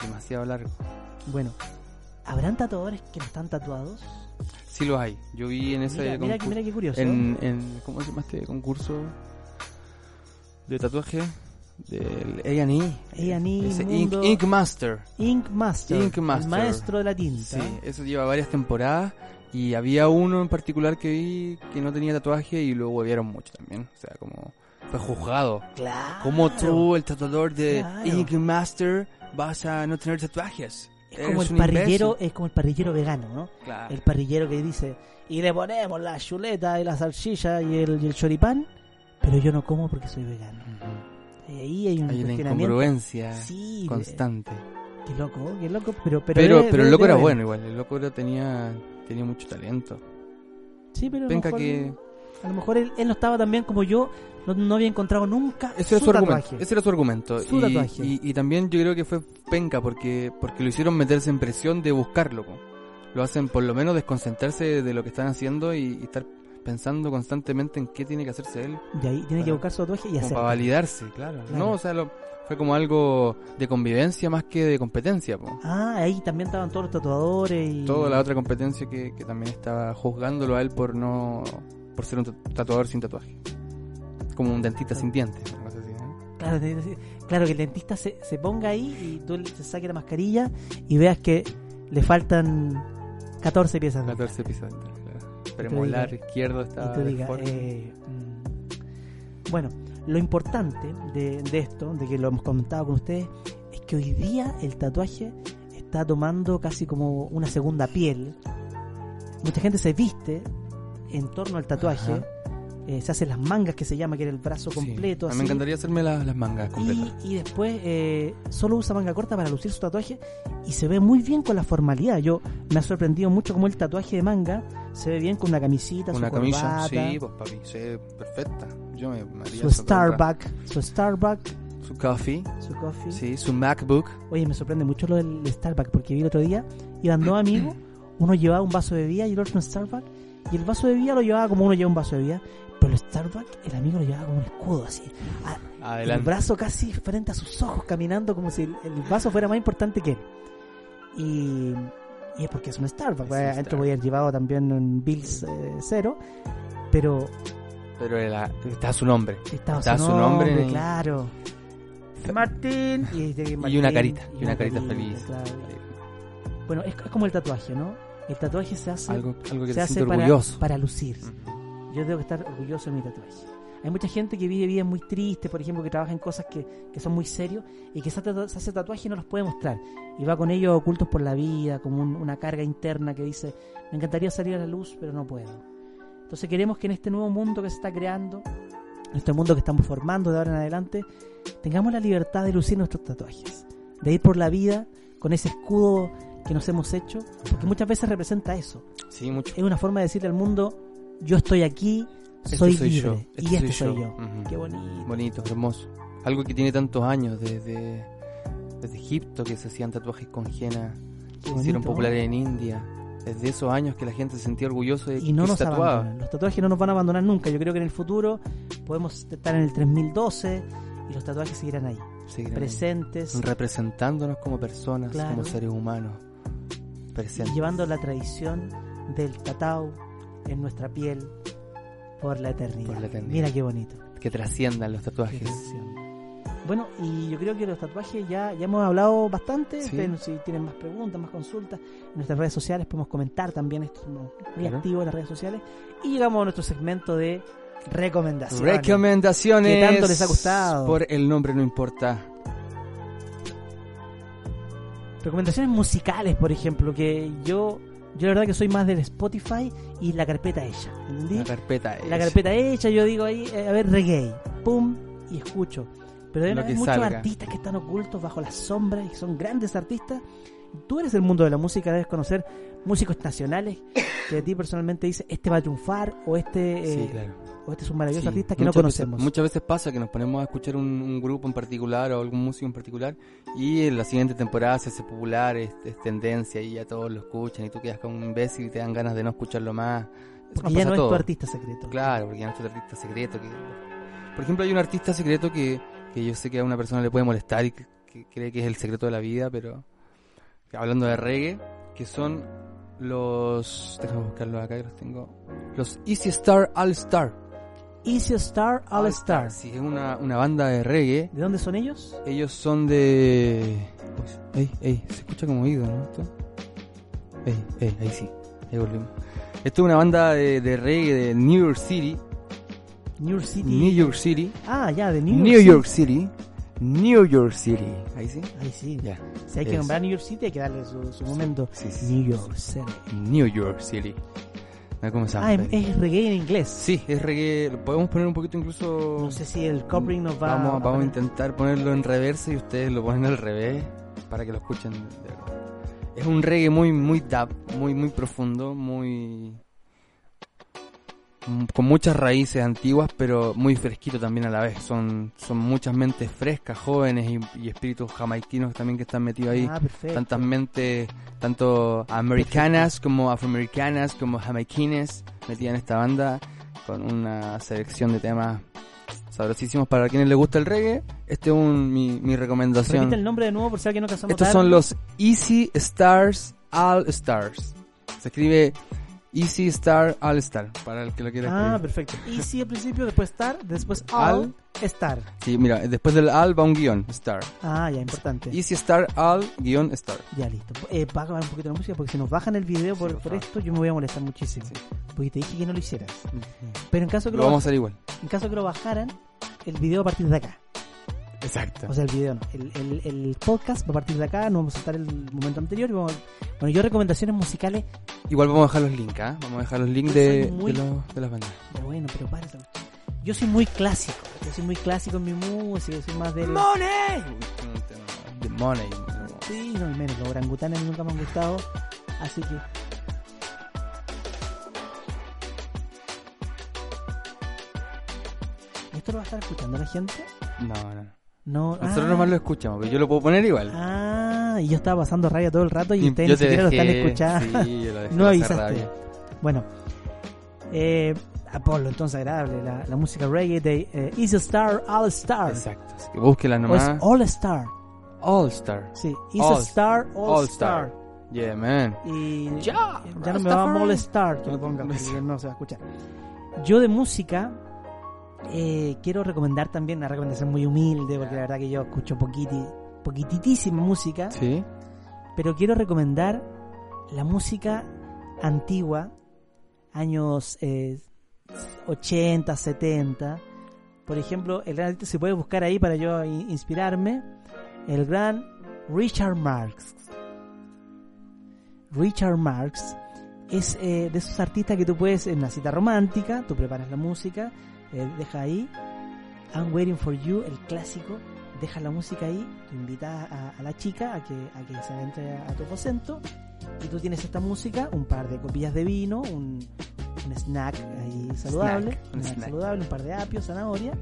[SPEAKER 2] demasiado largo.
[SPEAKER 1] Bueno, ¿habrán tatuadores que no están tatuados?
[SPEAKER 2] Sí los hay. Yo vi en ese
[SPEAKER 1] Mira, mira, que-
[SPEAKER 2] concurso-
[SPEAKER 1] mira qué curioso.
[SPEAKER 2] en, en- ¿Cómo se llama este concurso? De tatuaje. Del A&E.
[SPEAKER 1] A&E,
[SPEAKER 2] Ese Ink,
[SPEAKER 1] E, Mundo.
[SPEAKER 2] Ink Master.
[SPEAKER 1] Ink Master,
[SPEAKER 2] Ink
[SPEAKER 1] el
[SPEAKER 2] Master.
[SPEAKER 1] maestro de la tinta.
[SPEAKER 2] Sí, eso lleva varias temporadas. Y había uno en particular que vi que no tenía tatuaje y luego vieron mucho también. O sea, como fue juzgado.
[SPEAKER 1] Ah, Claro.
[SPEAKER 2] ¿Cómo tú, el tatuador de
[SPEAKER 1] Claro.
[SPEAKER 2] Ink Master, vas a no tener tatuajes?
[SPEAKER 1] Es como
[SPEAKER 2] Eres
[SPEAKER 1] el
[SPEAKER 2] un
[SPEAKER 1] parrillero,
[SPEAKER 2] imbécil. Ah.
[SPEAKER 1] es como el parrillero vegano, ¿no?
[SPEAKER 2] Claro.
[SPEAKER 1] El parrillero que dice, y le ponemos la chuleta y la salchicha y el, y el choripán, pero yo no como porque soy vegano.
[SPEAKER 2] Ujú.
[SPEAKER 1] Y ahí hay un
[SPEAKER 2] Hay una
[SPEAKER 1] cuestionamiento.
[SPEAKER 2] incongruencia
[SPEAKER 1] Sí,
[SPEAKER 2] constante.
[SPEAKER 1] eh, qué loco, qué loco, pero... Pero,
[SPEAKER 2] Pero,
[SPEAKER 1] debe-
[SPEAKER 2] pero
[SPEAKER 1] debe-
[SPEAKER 2] el loco
[SPEAKER 1] debe
[SPEAKER 2] era
[SPEAKER 1] haber.
[SPEAKER 2] bueno igual, el loco era- tenía, tenía mucho talento.
[SPEAKER 1] Sí, pero a lo
[SPEAKER 2] Penca
[SPEAKER 1] mejor-
[SPEAKER 2] que...
[SPEAKER 1] A lo mejor él, él no estaba tan bien como yo, no, no había encontrado nunca
[SPEAKER 2] Ese era
[SPEAKER 1] su
[SPEAKER 2] su, argumento.
[SPEAKER 1] tatuaje.
[SPEAKER 2] Ese era su argumento.
[SPEAKER 1] Su
[SPEAKER 2] y,
[SPEAKER 1] tatuaje.
[SPEAKER 2] Y, y también yo creo que fue penca porque, porque lo hicieron meterse en presión de buscarlo. po. Lo hacen por lo menos desconcentrarse de lo que están haciendo y, y estar pensando constantemente en qué tiene que hacerse él.
[SPEAKER 1] Y ahí tiene que
[SPEAKER 2] Para-
[SPEAKER 1] buscar su tatuaje y
[SPEAKER 2] Como para
[SPEAKER 1] hacerlo.
[SPEAKER 2] validarse, claro.
[SPEAKER 1] Claro.
[SPEAKER 2] No, o sea, lo- fue como algo de convivencia más que de competencia. po.
[SPEAKER 1] Ah, ahí también estaban todos los tatuadores y...
[SPEAKER 2] Toda la otra competencia que, que también estaba juzgándolo a él por no por ser un tatu- tatuador sin tatuaje. Como un dentista sin dientes. una cosa así, ¿eh?
[SPEAKER 1] Claro, te- te- claro, que el dentista se, se ponga ahí y tú le- se saque la mascarilla y veas que le faltan 14 piezas. de
[SPEAKER 2] 14 pisos dentales, claro. Premolar izquierdo
[SPEAKER 1] y
[SPEAKER 2] estaba
[SPEAKER 1] tú digas,
[SPEAKER 2] deforme.
[SPEAKER 1] eh, mm. bueno, lo importante de, de esto, de que lo hemos comentado con ustedes, es que hoy día el tatuaje está tomando casi como una segunda piel. Mucha gente se viste en torno al tatuaje.
[SPEAKER 2] Ajá.
[SPEAKER 1] eh, se hacen las mangas que se llama, que era el brazo completo.
[SPEAKER 2] Sí. A mí
[SPEAKER 1] así.
[SPEAKER 2] Ah, Me encantaría hacerme la- las mangas completas.
[SPEAKER 1] Y, y después eh, solo usa manga corta para lucir su tatuaje y se ve muy bien con la formalidad. Yo me ha sorprendido mucho cómo el tatuaje de manga se ve bien con una camisita,
[SPEAKER 2] Una
[SPEAKER 1] su
[SPEAKER 2] camisa,
[SPEAKER 1] corbata,
[SPEAKER 2] sí, pues papi, sí, perfecta. Yo me, me haría
[SPEAKER 1] su
[SPEAKER 2] esa torta.
[SPEAKER 1] Starbucks, su Starbucks,
[SPEAKER 2] Su coffee,
[SPEAKER 1] su coffee.
[SPEAKER 2] sí, su MacBook.
[SPEAKER 1] Oye, me sorprende mucho lo del Starbucks porque vi el otro día iban dos amigos, uno llevaba un vaso de bebida y el otro un Starbucks y el vaso de bebida lo llevaba como uno lleva un vaso de bebida, pero el Starbucks el amigo lo llevaba como un escudo así. a- el
[SPEAKER 2] Adelante.
[SPEAKER 1] brazo casi frente a sus ojos, caminando como si el, el vaso fuera más importante que él. Y, y es porque es un Starbucks.
[SPEAKER 2] Es un
[SPEAKER 1] pues, Adentro
[SPEAKER 2] Starbucks.
[SPEAKER 1] podía haber llevado también un Bills eh, cero, pero
[SPEAKER 2] Pero era- está su nombre.
[SPEAKER 1] estaba
[SPEAKER 2] Está su nombre en-
[SPEAKER 1] claro. Martín. Y, de
[SPEAKER 2] una
[SPEAKER 1] Martín,
[SPEAKER 2] carita, y una carita feliz.
[SPEAKER 1] claro. Bueno, es, es como el tatuaje, ¿no? El tatuaje se hace,
[SPEAKER 2] Algo, algo que
[SPEAKER 1] se
[SPEAKER 2] te
[SPEAKER 1] hace
[SPEAKER 2] siento
[SPEAKER 1] para,
[SPEAKER 2] orgulloso.
[SPEAKER 1] para lucirse.
[SPEAKER 2] Ujú.
[SPEAKER 1] Yo tengo que estar orgulloso de mi tatuaje. Hay mucha gente que vive vidas muy tristes, por ejemplo, que trabaja en cosas que, que son muy serios y que se, hace- se hace tatuaje y no los puede mostrar. Y va con ellos ocultos por la vida, como un- una carga interna que dice, me encantaría salir a la luz, pero no puedo. Entonces queremos que en este nuevo mundo que se está creando, en este mundo que estamos formando de ahora en adelante, tengamos la libertad de lucir nuestros tatuajes, de ir por la vida con ese escudo que nos hemos hecho, porque muchas veces representa eso,
[SPEAKER 2] Sí, mucho.
[SPEAKER 1] es una forma de decirle al mundo, yo estoy aquí,
[SPEAKER 2] Este
[SPEAKER 1] soy,
[SPEAKER 2] soy
[SPEAKER 1] libre
[SPEAKER 2] yo.
[SPEAKER 1] y este soy yo.
[SPEAKER 2] Ujú.
[SPEAKER 1] Qué bonito.
[SPEAKER 2] Bonito, hermoso. Algo que tiene tantos años desde, desde Egipto que se hacían tatuajes con henna,
[SPEAKER 1] qué
[SPEAKER 2] que se hicieron
[SPEAKER 1] bonito.
[SPEAKER 2] populares en India. Desde esos años que la gente se sentía orgullosa de
[SPEAKER 1] Y no
[SPEAKER 2] que se
[SPEAKER 1] nos
[SPEAKER 2] tatuaba.
[SPEAKER 1] abandonan. Los tatuajes no nos van a abandonar nunca. Yo creo que en el futuro podemos estar en el 3012 y los tatuajes seguirán ahí,
[SPEAKER 2] Sí, eran-
[SPEAKER 1] presentes,
[SPEAKER 2] representándonos como personas,
[SPEAKER 1] Claro.
[SPEAKER 2] como seres humanos.
[SPEAKER 1] y
[SPEAKER 2] Presentes.
[SPEAKER 1] llevando la tradición del tatao en nuestra piel por la eternidad.
[SPEAKER 2] Por la eternidad.
[SPEAKER 1] Mira qué bonito.
[SPEAKER 2] Que trasciendan los
[SPEAKER 1] Qué
[SPEAKER 2] tatuajes.
[SPEAKER 1] canción. Bueno, y yo creo que los tatuajes ya, ya hemos hablado bastante.
[SPEAKER 2] Sí.
[SPEAKER 1] Ustedes, si tienen más preguntas, más consultas, en nuestras redes sociales podemos comentar también. Esto somos muy
[SPEAKER 2] Claro.
[SPEAKER 1] activos en las redes sociales. Y llegamos a nuestro segmento de recomendaciones.
[SPEAKER 2] Recomendaciones.
[SPEAKER 1] Que tanto les ha gustado.
[SPEAKER 2] Por el nombre no importa.
[SPEAKER 1] Recomendaciones musicales, por ejemplo, que yo, yo la verdad que soy más del Spotify y la carpeta hecha. ¿entendí?
[SPEAKER 2] La carpeta es.
[SPEAKER 1] La carpeta hecha, yo digo ahí, eh, a ver, reggae, pum, y escucho. Pero hay
[SPEAKER 2] Lo
[SPEAKER 1] hay
[SPEAKER 2] que
[SPEAKER 1] muchos
[SPEAKER 2] salga.
[SPEAKER 1] artistas que están ocultos bajo las sombras y son grandes artistas. Tú eres el mundo de la música, debes conocer músicos nacionales que a ti personalmente dice este va a triunfar o este, eh,
[SPEAKER 2] Sí, claro.
[SPEAKER 1] o este es un maravilloso
[SPEAKER 2] Sí,
[SPEAKER 1] artista que no
[SPEAKER 2] muchas veces-
[SPEAKER 1] conocemos.
[SPEAKER 2] muchas veces pasa que nos ponemos a escuchar un, un grupo en particular o algún músico en particular y en la siguiente temporada se hace popular, es, es tendencia y ya todos lo escuchan y tú quedas como un imbécil y te dan ganas de no escucharlo más. Eso
[SPEAKER 1] porque
[SPEAKER 2] nos
[SPEAKER 1] ya
[SPEAKER 2] pasa
[SPEAKER 1] no
[SPEAKER 2] a
[SPEAKER 1] es tu
[SPEAKER 2] todos.
[SPEAKER 1] artista secreto.
[SPEAKER 2] Claro, porque ya no es tu artista secreto. que- Por ejemplo, hay un artista secreto que, que yo sé que a una persona le puede molestar y que, que cree que es el secreto de la vida, pero hablando de reggae, que son los... Déjame buscarlos acá que los tengo. Los Easy Star All Star.
[SPEAKER 1] Easy Star All Star.
[SPEAKER 2] Sí, es una, una banda de reggae.
[SPEAKER 1] ¿De dónde son ellos?
[SPEAKER 2] Ellos son de. pues, Ey, ey, se escucha como oído, ¿no? Esto. Ey, ey, ahí sí. Ahí volvimos. Esto es una banda de, de reggae de New York City.
[SPEAKER 1] New York City.
[SPEAKER 2] New York City.
[SPEAKER 1] Ah, ya, de New York.
[SPEAKER 2] New
[SPEAKER 1] City.
[SPEAKER 2] York City. New York City. Ahí sí.
[SPEAKER 1] Ay, sí.
[SPEAKER 2] Ya.
[SPEAKER 1] Si hay que
[SPEAKER 2] Es-
[SPEAKER 1] nombrar New York City, hay que darle su, su momento.
[SPEAKER 2] Sí, sí, sí.
[SPEAKER 1] New York City.
[SPEAKER 2] New York City. A ver cómo se llama.
[SPEAKER 1] Ah, em- es reggae en inglés.
[SPEAKER 2] Sí, es reggae. Lo podemos poner un poquito incluso.
[SPEAKER 1] No sé si el covering nos va
[SPEAKER 2] vamos, vamos a
[SPEAKER 1] poner-
[SPEAKER 2] intentar ponerlo en reversa y ustedes lo ponen al revés para que lo escuchen. de verdad. Es un reggae muy, muy dub, muy, muy profundo, muy mm, con muchas raíces antiguas, pero muy fresquito también a la vez. Son, son muchas mentes frescas, jóvenes y, y espíritus jamaiquinos también que están metidos ahí.
[SPEAKER 1] Ah, perfecto.
[SPEAKER 2] Tantas mentes, tanto americanas como afroamericanas, como jamaiquines, metidas en esta banda con una selección de temas sabrosísimos para quienes les gusta el reggae. Este es un, mi, mi
[SPEAKER 1] Repite el
[SPEAKER 2] recomendación.
[SPEAKER 1] nombre de nuevo por si alguien no casamos
[SPEAKER 2] Estos son los Easy Stars All Stars. Se escribe Easy Star All Star, para el que lo quiera
[SPEAKER 1] Ah,
[SPEAKER 2] escribir.
[SPEAKER 1] perfecto. Y sí, al principio, después star, después all,
[SPEAKER 2] Al.
[SPEAKER 1] star.
[SPEAKER 2] Sí, mira, después del All va un guión, Star.
[SPEAKER 1] Ah, ya, importante.
[SPEAKER 2] Easy Star All guión Star.
[SPEAKER 1] Ya, listo. Eh, va a acabar un poquito la música porque si nos bajan el video por,
[SPEAKER 2] por
[SPEAKER 1] por
[SPEAKER 2] favor.
[SPEAKER 1] esto, yo me voy a molestar muchísimo.
[SPEAKER 2] Sí.
[SPEAKER 1] Porque te dije que no lo hicieras. Pero en caso que
[SPEAKER 2] Lo
[SPEAKER 1] lo,
[SPEAKER 2] vamos a hacer igual.
[SPEAKER 1] baj- en caso que lo bajaran, el video a partir de acá.
[SPEAKER 2] Exacto.
[SPEAKER 1] O sea, el video no. El, el- el podcast va a partir de acá, no vamos a estar el momento anterior. y vamos- Bueno, yo recomendaciones musicales.
[SPEAKER 2] Igual vamos a dejar los links, ¿ah? Vamos a dejar los links
[SPEAKER 1] Yo soy
[SPEAKER 2] de,
[SPEAKER 1] muy-
[SPEAKER 2] de los- de las bandas.
[SPEAKER 1] Ya bueno, pero para esa cuestión. Yo soy muy clásico. Yo soy muy clásico en mi música. Yo soy más del.
[SPEAKER 2] ¡Money! The Money.
[SPEAKER 1] Sí, no, y menos. Los orangutanes nunca me han gustado. Así que. ¿Esto lo va a estar escuchando la gente?
[SPEAKER 2] No, no.
[SPEAKER 1] No.
[SPEAKER 2] Nosotros
[SPEAKER 1] ah,
[SPEAKER 2] nomás lo escuchamos, pero yo lo puedo poner igual.
[SPEAKER 1] Ah, y yo estaba pasando rabia todo el rato y, ustedes
[SPEAKER 2] yo
[SPEAKER 1] ni siquiera lo están
[SPEAKER 2] dejé,
[SPEAKER 1] escuchando.
[SPEAKER 2] Sí, yo lo dejé
[SPEAKER 1] No
[SPEAKER 2] pasar
[SPEAKER 1] avisaste.
[SPEAKER 2] rabia.
[SPEAKER 1] Bueno, eh, Apolo, entonces agradable. La, la música reggae de eh, Is a Star, All Star.
[SPEAKER 2] Exacto. Así que búsquela
[SPEAKER 1] O es
[SPEAKER 2] nomás.
[SPEAKER 1] All Star.
[SPEAKER 2] All Star.
[SPEAKER 1] Sí, Is
[SPEAKER 2] All-
[SPEAKER 1] a Star, All,
[SPEAKER 2] All
[SPEAKER 1] Star.
[SPEAKER 2] Star. Yeah, man.
[SPEAKER 1] Y
[SPEAKER 2] Ya,
[SPEAKER 1] ya no me va a
[SPEAKER 2] Rastafari.
[SPEAKER 1] molestar que lo ponga, porque no se va a escuchar. Yo de música eh, quiero recomendar también, una recomendación muy humilde, porque la verdad que yo escucho poquiti, poquititísima música,
[SPEAKER 2] Sí.
[SPEAKER 1] pero quiero recomendar la música antigua, años eh, 80, 70. Por ejemplo, el gran, se puede buscar ahí para yo i- inspirarme, el gran Richard Marx. Richard Marx es eh, de esos artistas que tú puedes en una cita romántica, tú preparas la música, eh, deja ahí, I'm Waiting for You, el clásico, deja la música ahí, tú invitas a, a la chica a que, a que se adentre a, a tu aposento y tú tienes esta música, un par de copillas de vino, un, un snack ahí saludable,
[SPEAKER 2] Snack, un
[SPEAKER 1] un snack
[SPEAKER 2] snack.
[SPEAKER 1] saludable, un par de apios, zanahoria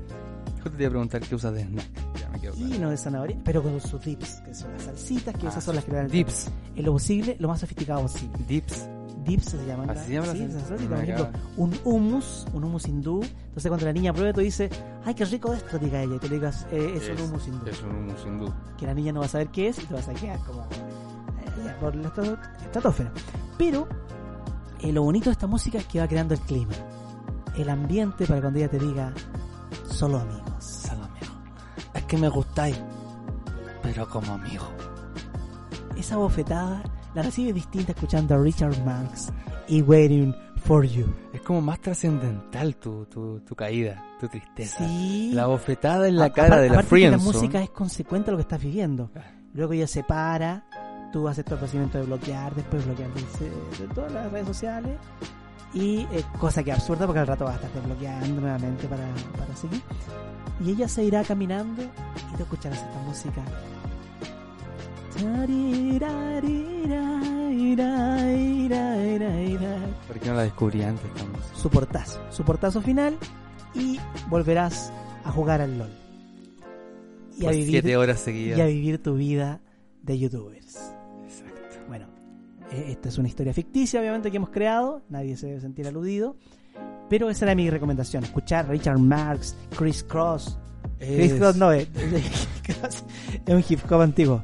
[SPEAKER 2] Yo te iba a preguntar qué usas de snack. Ya me quedo
[SPEAKER 1] y
[SPEAKER 2] claro.
[SPEAKER 1] no de zanahoria, pero con sus dips, que son las salsitas, que
[SPEAKER 2] Ah,
[SPEAKER 1] esas son las que le dan el
[SPEAKER 2] Dips.
[SPEAKER 1] toque. En lo posible, lo más sofisticado posible.
[SPEAKER 2] Dips.
[SPEAKER 1] Dips se llaman.
[SPEAKER 2] Así se llaman las Oh
[SPEAKER 1] sí,
[SPEAKER 2] salsas.
[SPEAKER 1] esas salsitas. Por
[SPEAKER 2] Me
[SPEAKER 1] ejemplo, un hummus, un hummus hindú. Entonces, cuando la niña prueba, tú dices, ay, qué rico esto, diga ella. Y tú le digas, "Eh, es un
[SPEAKER 2] Es-
[SPEAKER 1] hummus hindú.
[SPEAKER 2] Es un hummus hindú.
[SPEAKER 1] Que la niña no va a saber qué es y te vas a quedar como. eh, ya, por la estrato- estratosfera. Pero, eh, lo bonito de esta música es que va creando el clima. El ambiente para cuando ella te diga, solo amigos.
[SPEAKER 2] Salomeo. Es que me gustáis, pero como amigo.
[SPEAKER 1] Esa bofetada la recibe distinta escuchando a Richard Marx y Waiting for You.
[SPEAKER 2] Es como más trascendental tu, tu, tu caída, tu tristeza.
[SPEAKER 1] Sí.
[SPEAKER 2] La bofetada en la
[SPEAKER 1] A-
[SPEAKER 2] cara
[SPEAKER 1] apar-
[SPEAKER 2] de la
[SPEAKER 1] aparte que la
[SPEAKER 2] friendzone.
[SPEAKER 1] música es consecuente a lo que estás viviendo.
[SPEAKER 2] Claro.
[SPEAKER 1] Luego ella se para, tú haces todo el procedimiento de bloquear, después bloquear de, de todas las redes sociales. Y eh, cosa que es absurda porque al rato vas a estar desbloqueando nuevamente para, para seguir. Y ella se irá caminando y tú escucharás esta música.
[SPEAKER 2] ¿Por qué no la descubrí antes esta música?
[SPEAKER 1] Su portazo, su portazo final y volverás a jugar al LOL. Y a
[SPEAKER 2] Por
[SPEAKER 1] vivir
[SPEAKER 2] Pues, siete horas
[SPEAKER 1] y a
[SPEAKER 2] seguidas.
[SPEAKER 1] vivir tu vida de youtubers.
[SPEAKER 2] Exacto.
[SPEAKER 1] Bueno, eh, esta es una historia ficticia, obviamente, que hemos creado, nadie se debe sentir aludido, pero esa era mi recomendación, escuchar Richard Marx, Chris Cross. Chris
[SPEAKER 2] Es
[SPEAKER 1] Cross no, eh, Cross es un hip hop antiguo.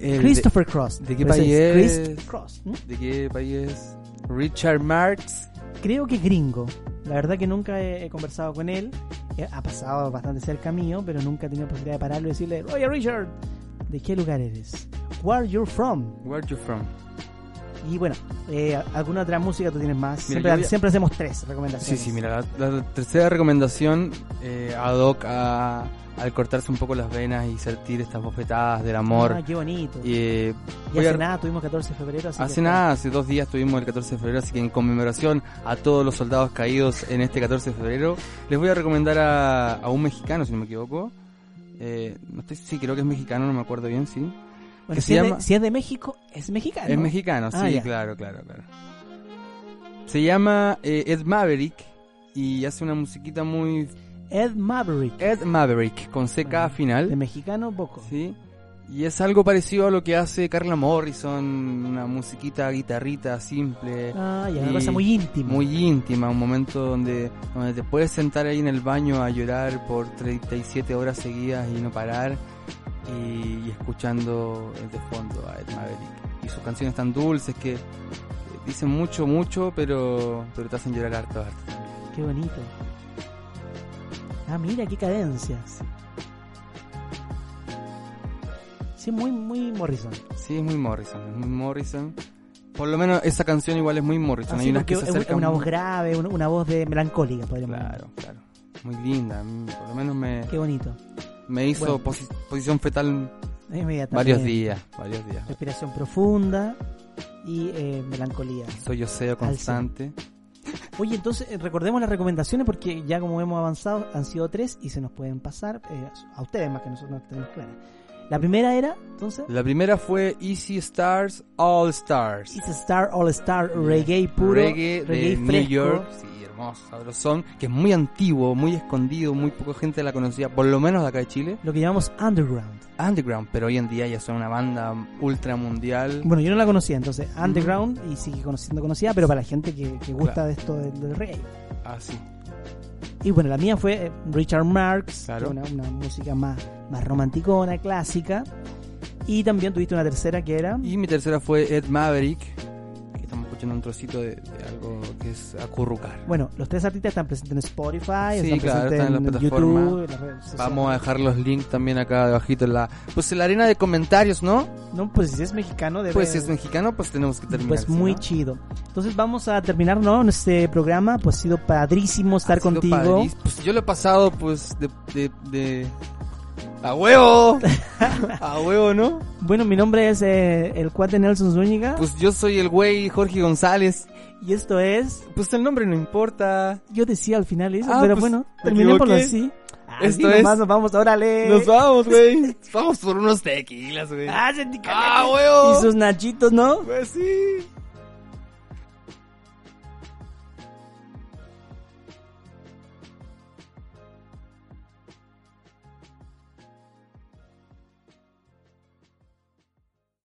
[SPEAKER 2] el
[SPEAKER 1] Christopher Cross.
[SPEAKER 2] de qué
[SPEAKER 1] Pero ese
[SPEAKER 2] país
[SPEAKER 1] Chris
[SPEAKER 2] es?
[SPEAKER 1] Cross. ¿m?
[SPEAKER 2] de, ¿De qué país es? Richard Marx.
[SPEAKER 1] Creo que es gringo. La verdad que nunca he, he conversado con él. Eh, Ha pasado bastante cerca mío, pero nunca he tenido posibilidad de pararlo y decirle, oye Richard, ¿de qué lugar eres? Where you're from?
[SPEAKER 2] Where you from?
[SPEAKER 1] Y bueno, eh, ¿alguna otra música tú tienes más?
[SPEAKER 2] Mira,
[SPEAKER 1] siempre,
[SPEAKER 2] yo voy a-
[SPEAKER 1] siempre hacemos tres
[SPEAKER 2] Sí,
[SPEAKER 1] recomendaciones.
[SPEAKER 2] sí, mira, la, la tercera recomendación eh, ad hoc a- al cortarse un poco las venas y sentir estas bofetadas del amor.
[SPEAKER 1] Ah, qué bonito.
[SPEAKER 2] Y, eh,
[SPEAKER 1] y
[SPEAKER 2] voy
[SPEAKER 1] hace
[SPEAKER 2] a-
[SPEAKER 1] nada, tuvimos 14 de febrero. Así
[SPEAKER 2] Hace
[SPEAKER 1] que-
[SPEAKER 2] nada, hace dos días tuvimos el 14 de febrero, así que en conmemoración a todos los soldados caídos en este 14 de febrero, les voy a recomendar a, a un mexicano, si no me equivoco. Eh, no estoy, sí, creo que es mexicano, no me acuerdo bien, sí.
[SPEAKER 1] Bueno,
[SPEAKER 2] que
[SPEAKER 1] si,
[SPEAKER 2] se
[SPEAKER 1] es
[SPEAKER 2] llama-
[SPEAKER 1] de, si es de México, es mexicano.
[SPEAKER 2] Es mexicano, sí,
[SPEAKER 1] Ah, ya.
[SPEAKER 2] claro, claro, claro. Se llama eh, Ed Maverick y hace una musiquita muy...
[SPEAKER 1] Ed Maverick.
[SPEAKER 2] Ed Maverick, con CK
[SPEAKER 1] Ah, De
[SPEAKER 2] final.
[SPEAKER 1] mexicano, poco.
[SPEAKER 2] Sí. Y es algo parecido a lo que hace Carla Morrison, una musiquita, guitarrita simple.
[SPEAKER 1] Ah, ya, una
[SPEAKER 2] Y-
[SPEAKER 1] cosa muy íntima.
[SPEAKER 2] muy íntima, un momento donde, donde te puedes sentar ahí en el baño a llorar por 37 horas seguidas y no parar y, y escuchando de fondo a Ed Maverick. Y sus canciones tan dulces que eh, dicen mucho, mucho, pero, pero te hacen llorar harto, harto. también.
[SPEAKER 1] Qué bonito. Ah, mira, qué cadencias. Sí, muy, muy Morrison.
[SPEAKER 2] Sí, es muy Morrison, es muy Morrison. Por lo menos esa canción igual es muy Morrison.
[SPEAKER 1] Así
[SPEAKER 2] Hay unas
[SPEAKER 1] Ah, porque
[SPEAKER 2] que se
[SPEAKER 1] es un-
[SPEAKER 2] acercan
[SPEAKER 1] una voz
[SPEAKER 2] muy-
[SPEAKER 1] grave, un- una voz de melancólica, podríamos
[SPEAKER 2] Claro, claro. Muy linda, a mí por lo menos me,
[SPEAKER 1] decir. Qué bonito.
[SPEAKER 2] me hizo
[SPEAKER 1] Bueno.
[SPEAKER 2] posi- posición fetal
[SPEAKER 1] Inmediatamente.
[SPEAKER 2] varios días, varios días.
[SPEAKER 1] Respiración profunda y eh, melancolía.
[SPEAKER 2] Soy yo seo constante.
[SPEAKER 1] Oye, entonces eh, recordemos las recomendaciones porque ya como hemos avanzado han sido tres y se nos pueden pasar eh, a ustedes más que nosotros no tenemos claras. La primera era, entonces,
[SPEAKER 2] La primera fue Easy Stars All Stars.
[SPEAKER 1] It's a Star All Star Reggae puro,
[SPEAKER 2] reggae, de New
[SPEAKER 1] fresco.
[SPEAKER 2] York. Sí, hermoso, sabrosón. Que es muy antiguo, muy escondido, muy poca gente la conocía, por lo menos de acá de Chile.
[SPEAKER 1] lo que llamamos underground.
[SPEAKER 2] Underground, pero hoy en día ya son una banda ultra mundial.
[SPEAKER 1] Bueno, yo no la conocía, entonces
[SPEAKER 2] Mm.
[SPEAKER 1] underground y sigue conociendo conocida, pero para la gente que, que gusta de esto del, del reggae.
[SPEAKER 2] Así.
[SPEAKER 1] Y bueno, la mía fue eh, Richard Marx,
[SPEAKER 2] Claro.
[SPEAKER 1] una, una música más, más romanticona, clásica. Y también tuviste una tercera que era
[SPEAKER 2] Y mi tercera fue Ed Maverick, que estamos escuchando un trocito de, de algo que es acurrucar.
[SPEAKER 1] Bueno, los tres artistas están presentes en Spotify,
[SPEAKER 2] Sí,
[SPEAKER 1] están
[SPEAKER 2] claro,
[SPEAKER 1] presentes
[SPEAKER 2] están en
[SPEAKER 1] en,
[SPEAKER 2] la plataforma.
[SPEAKER 1] YouTube, en las redes sociales.
[SPEAKER 2] Vamos a dejar los links también acá abajito en la... Pues en la arena de comentarios, ¿no?
[SPEAKER 1] No, pues si es mexicano, debe...
[SPEAKER 2] Pues si es mexicano, pues tenemos que terminar.
[SPEAKER 1] Pues muy
[SPEAKER 2] chido
[SPEAKER 1] chido. Entonces vamos a terminar, ¿no? Este programa, pues ha sido padrísimo estar
[SPEAKER 2] Ha sido
[SPEAKER 1] contigo.
[SPEAKER 2] padrís- Pues yo lo he pasado, pues, de. de, de- ¡A huevo! ¡A huevo, no!
[SPEAKER 1] Bueno, mi nombre es eh, el cuate Nelson Zúñiga
[SPEAKER 2] Pues yo soy el güey Jorge González.
[SPEAKER 1] y esto es...
[SPEAKER 2] Pues el nombre no importa.
[SPEAKER 1] Yo decía al final eso,
[SPEAKER 2] Ah,
[SPEAKER 1] pero
[SPEAKER 2] pues,
[SPEAKER 1] bueno,
[SPEAKER 2] me
[SPEAKER 1] terminémoslo
[SPEAKER 2] equivoqué.
[SPEAKER 1] así.
[SPEAKER 2] Esto
[SPEAKER 1] así
[SPEAKER 2] es-
[SPEAKER 1] nomás nos vamos, órale.
[SPEAKER 2] Nos vamos, güey. vamos por unos tequilas, güey.
[SPEAKER 1] Ah, sentí que-
[SPEAKER 2] ¡A huevo!
[SPEAKER 1] Y sus nachitos, ¿no?
[SPEAKER 2] Pues sí.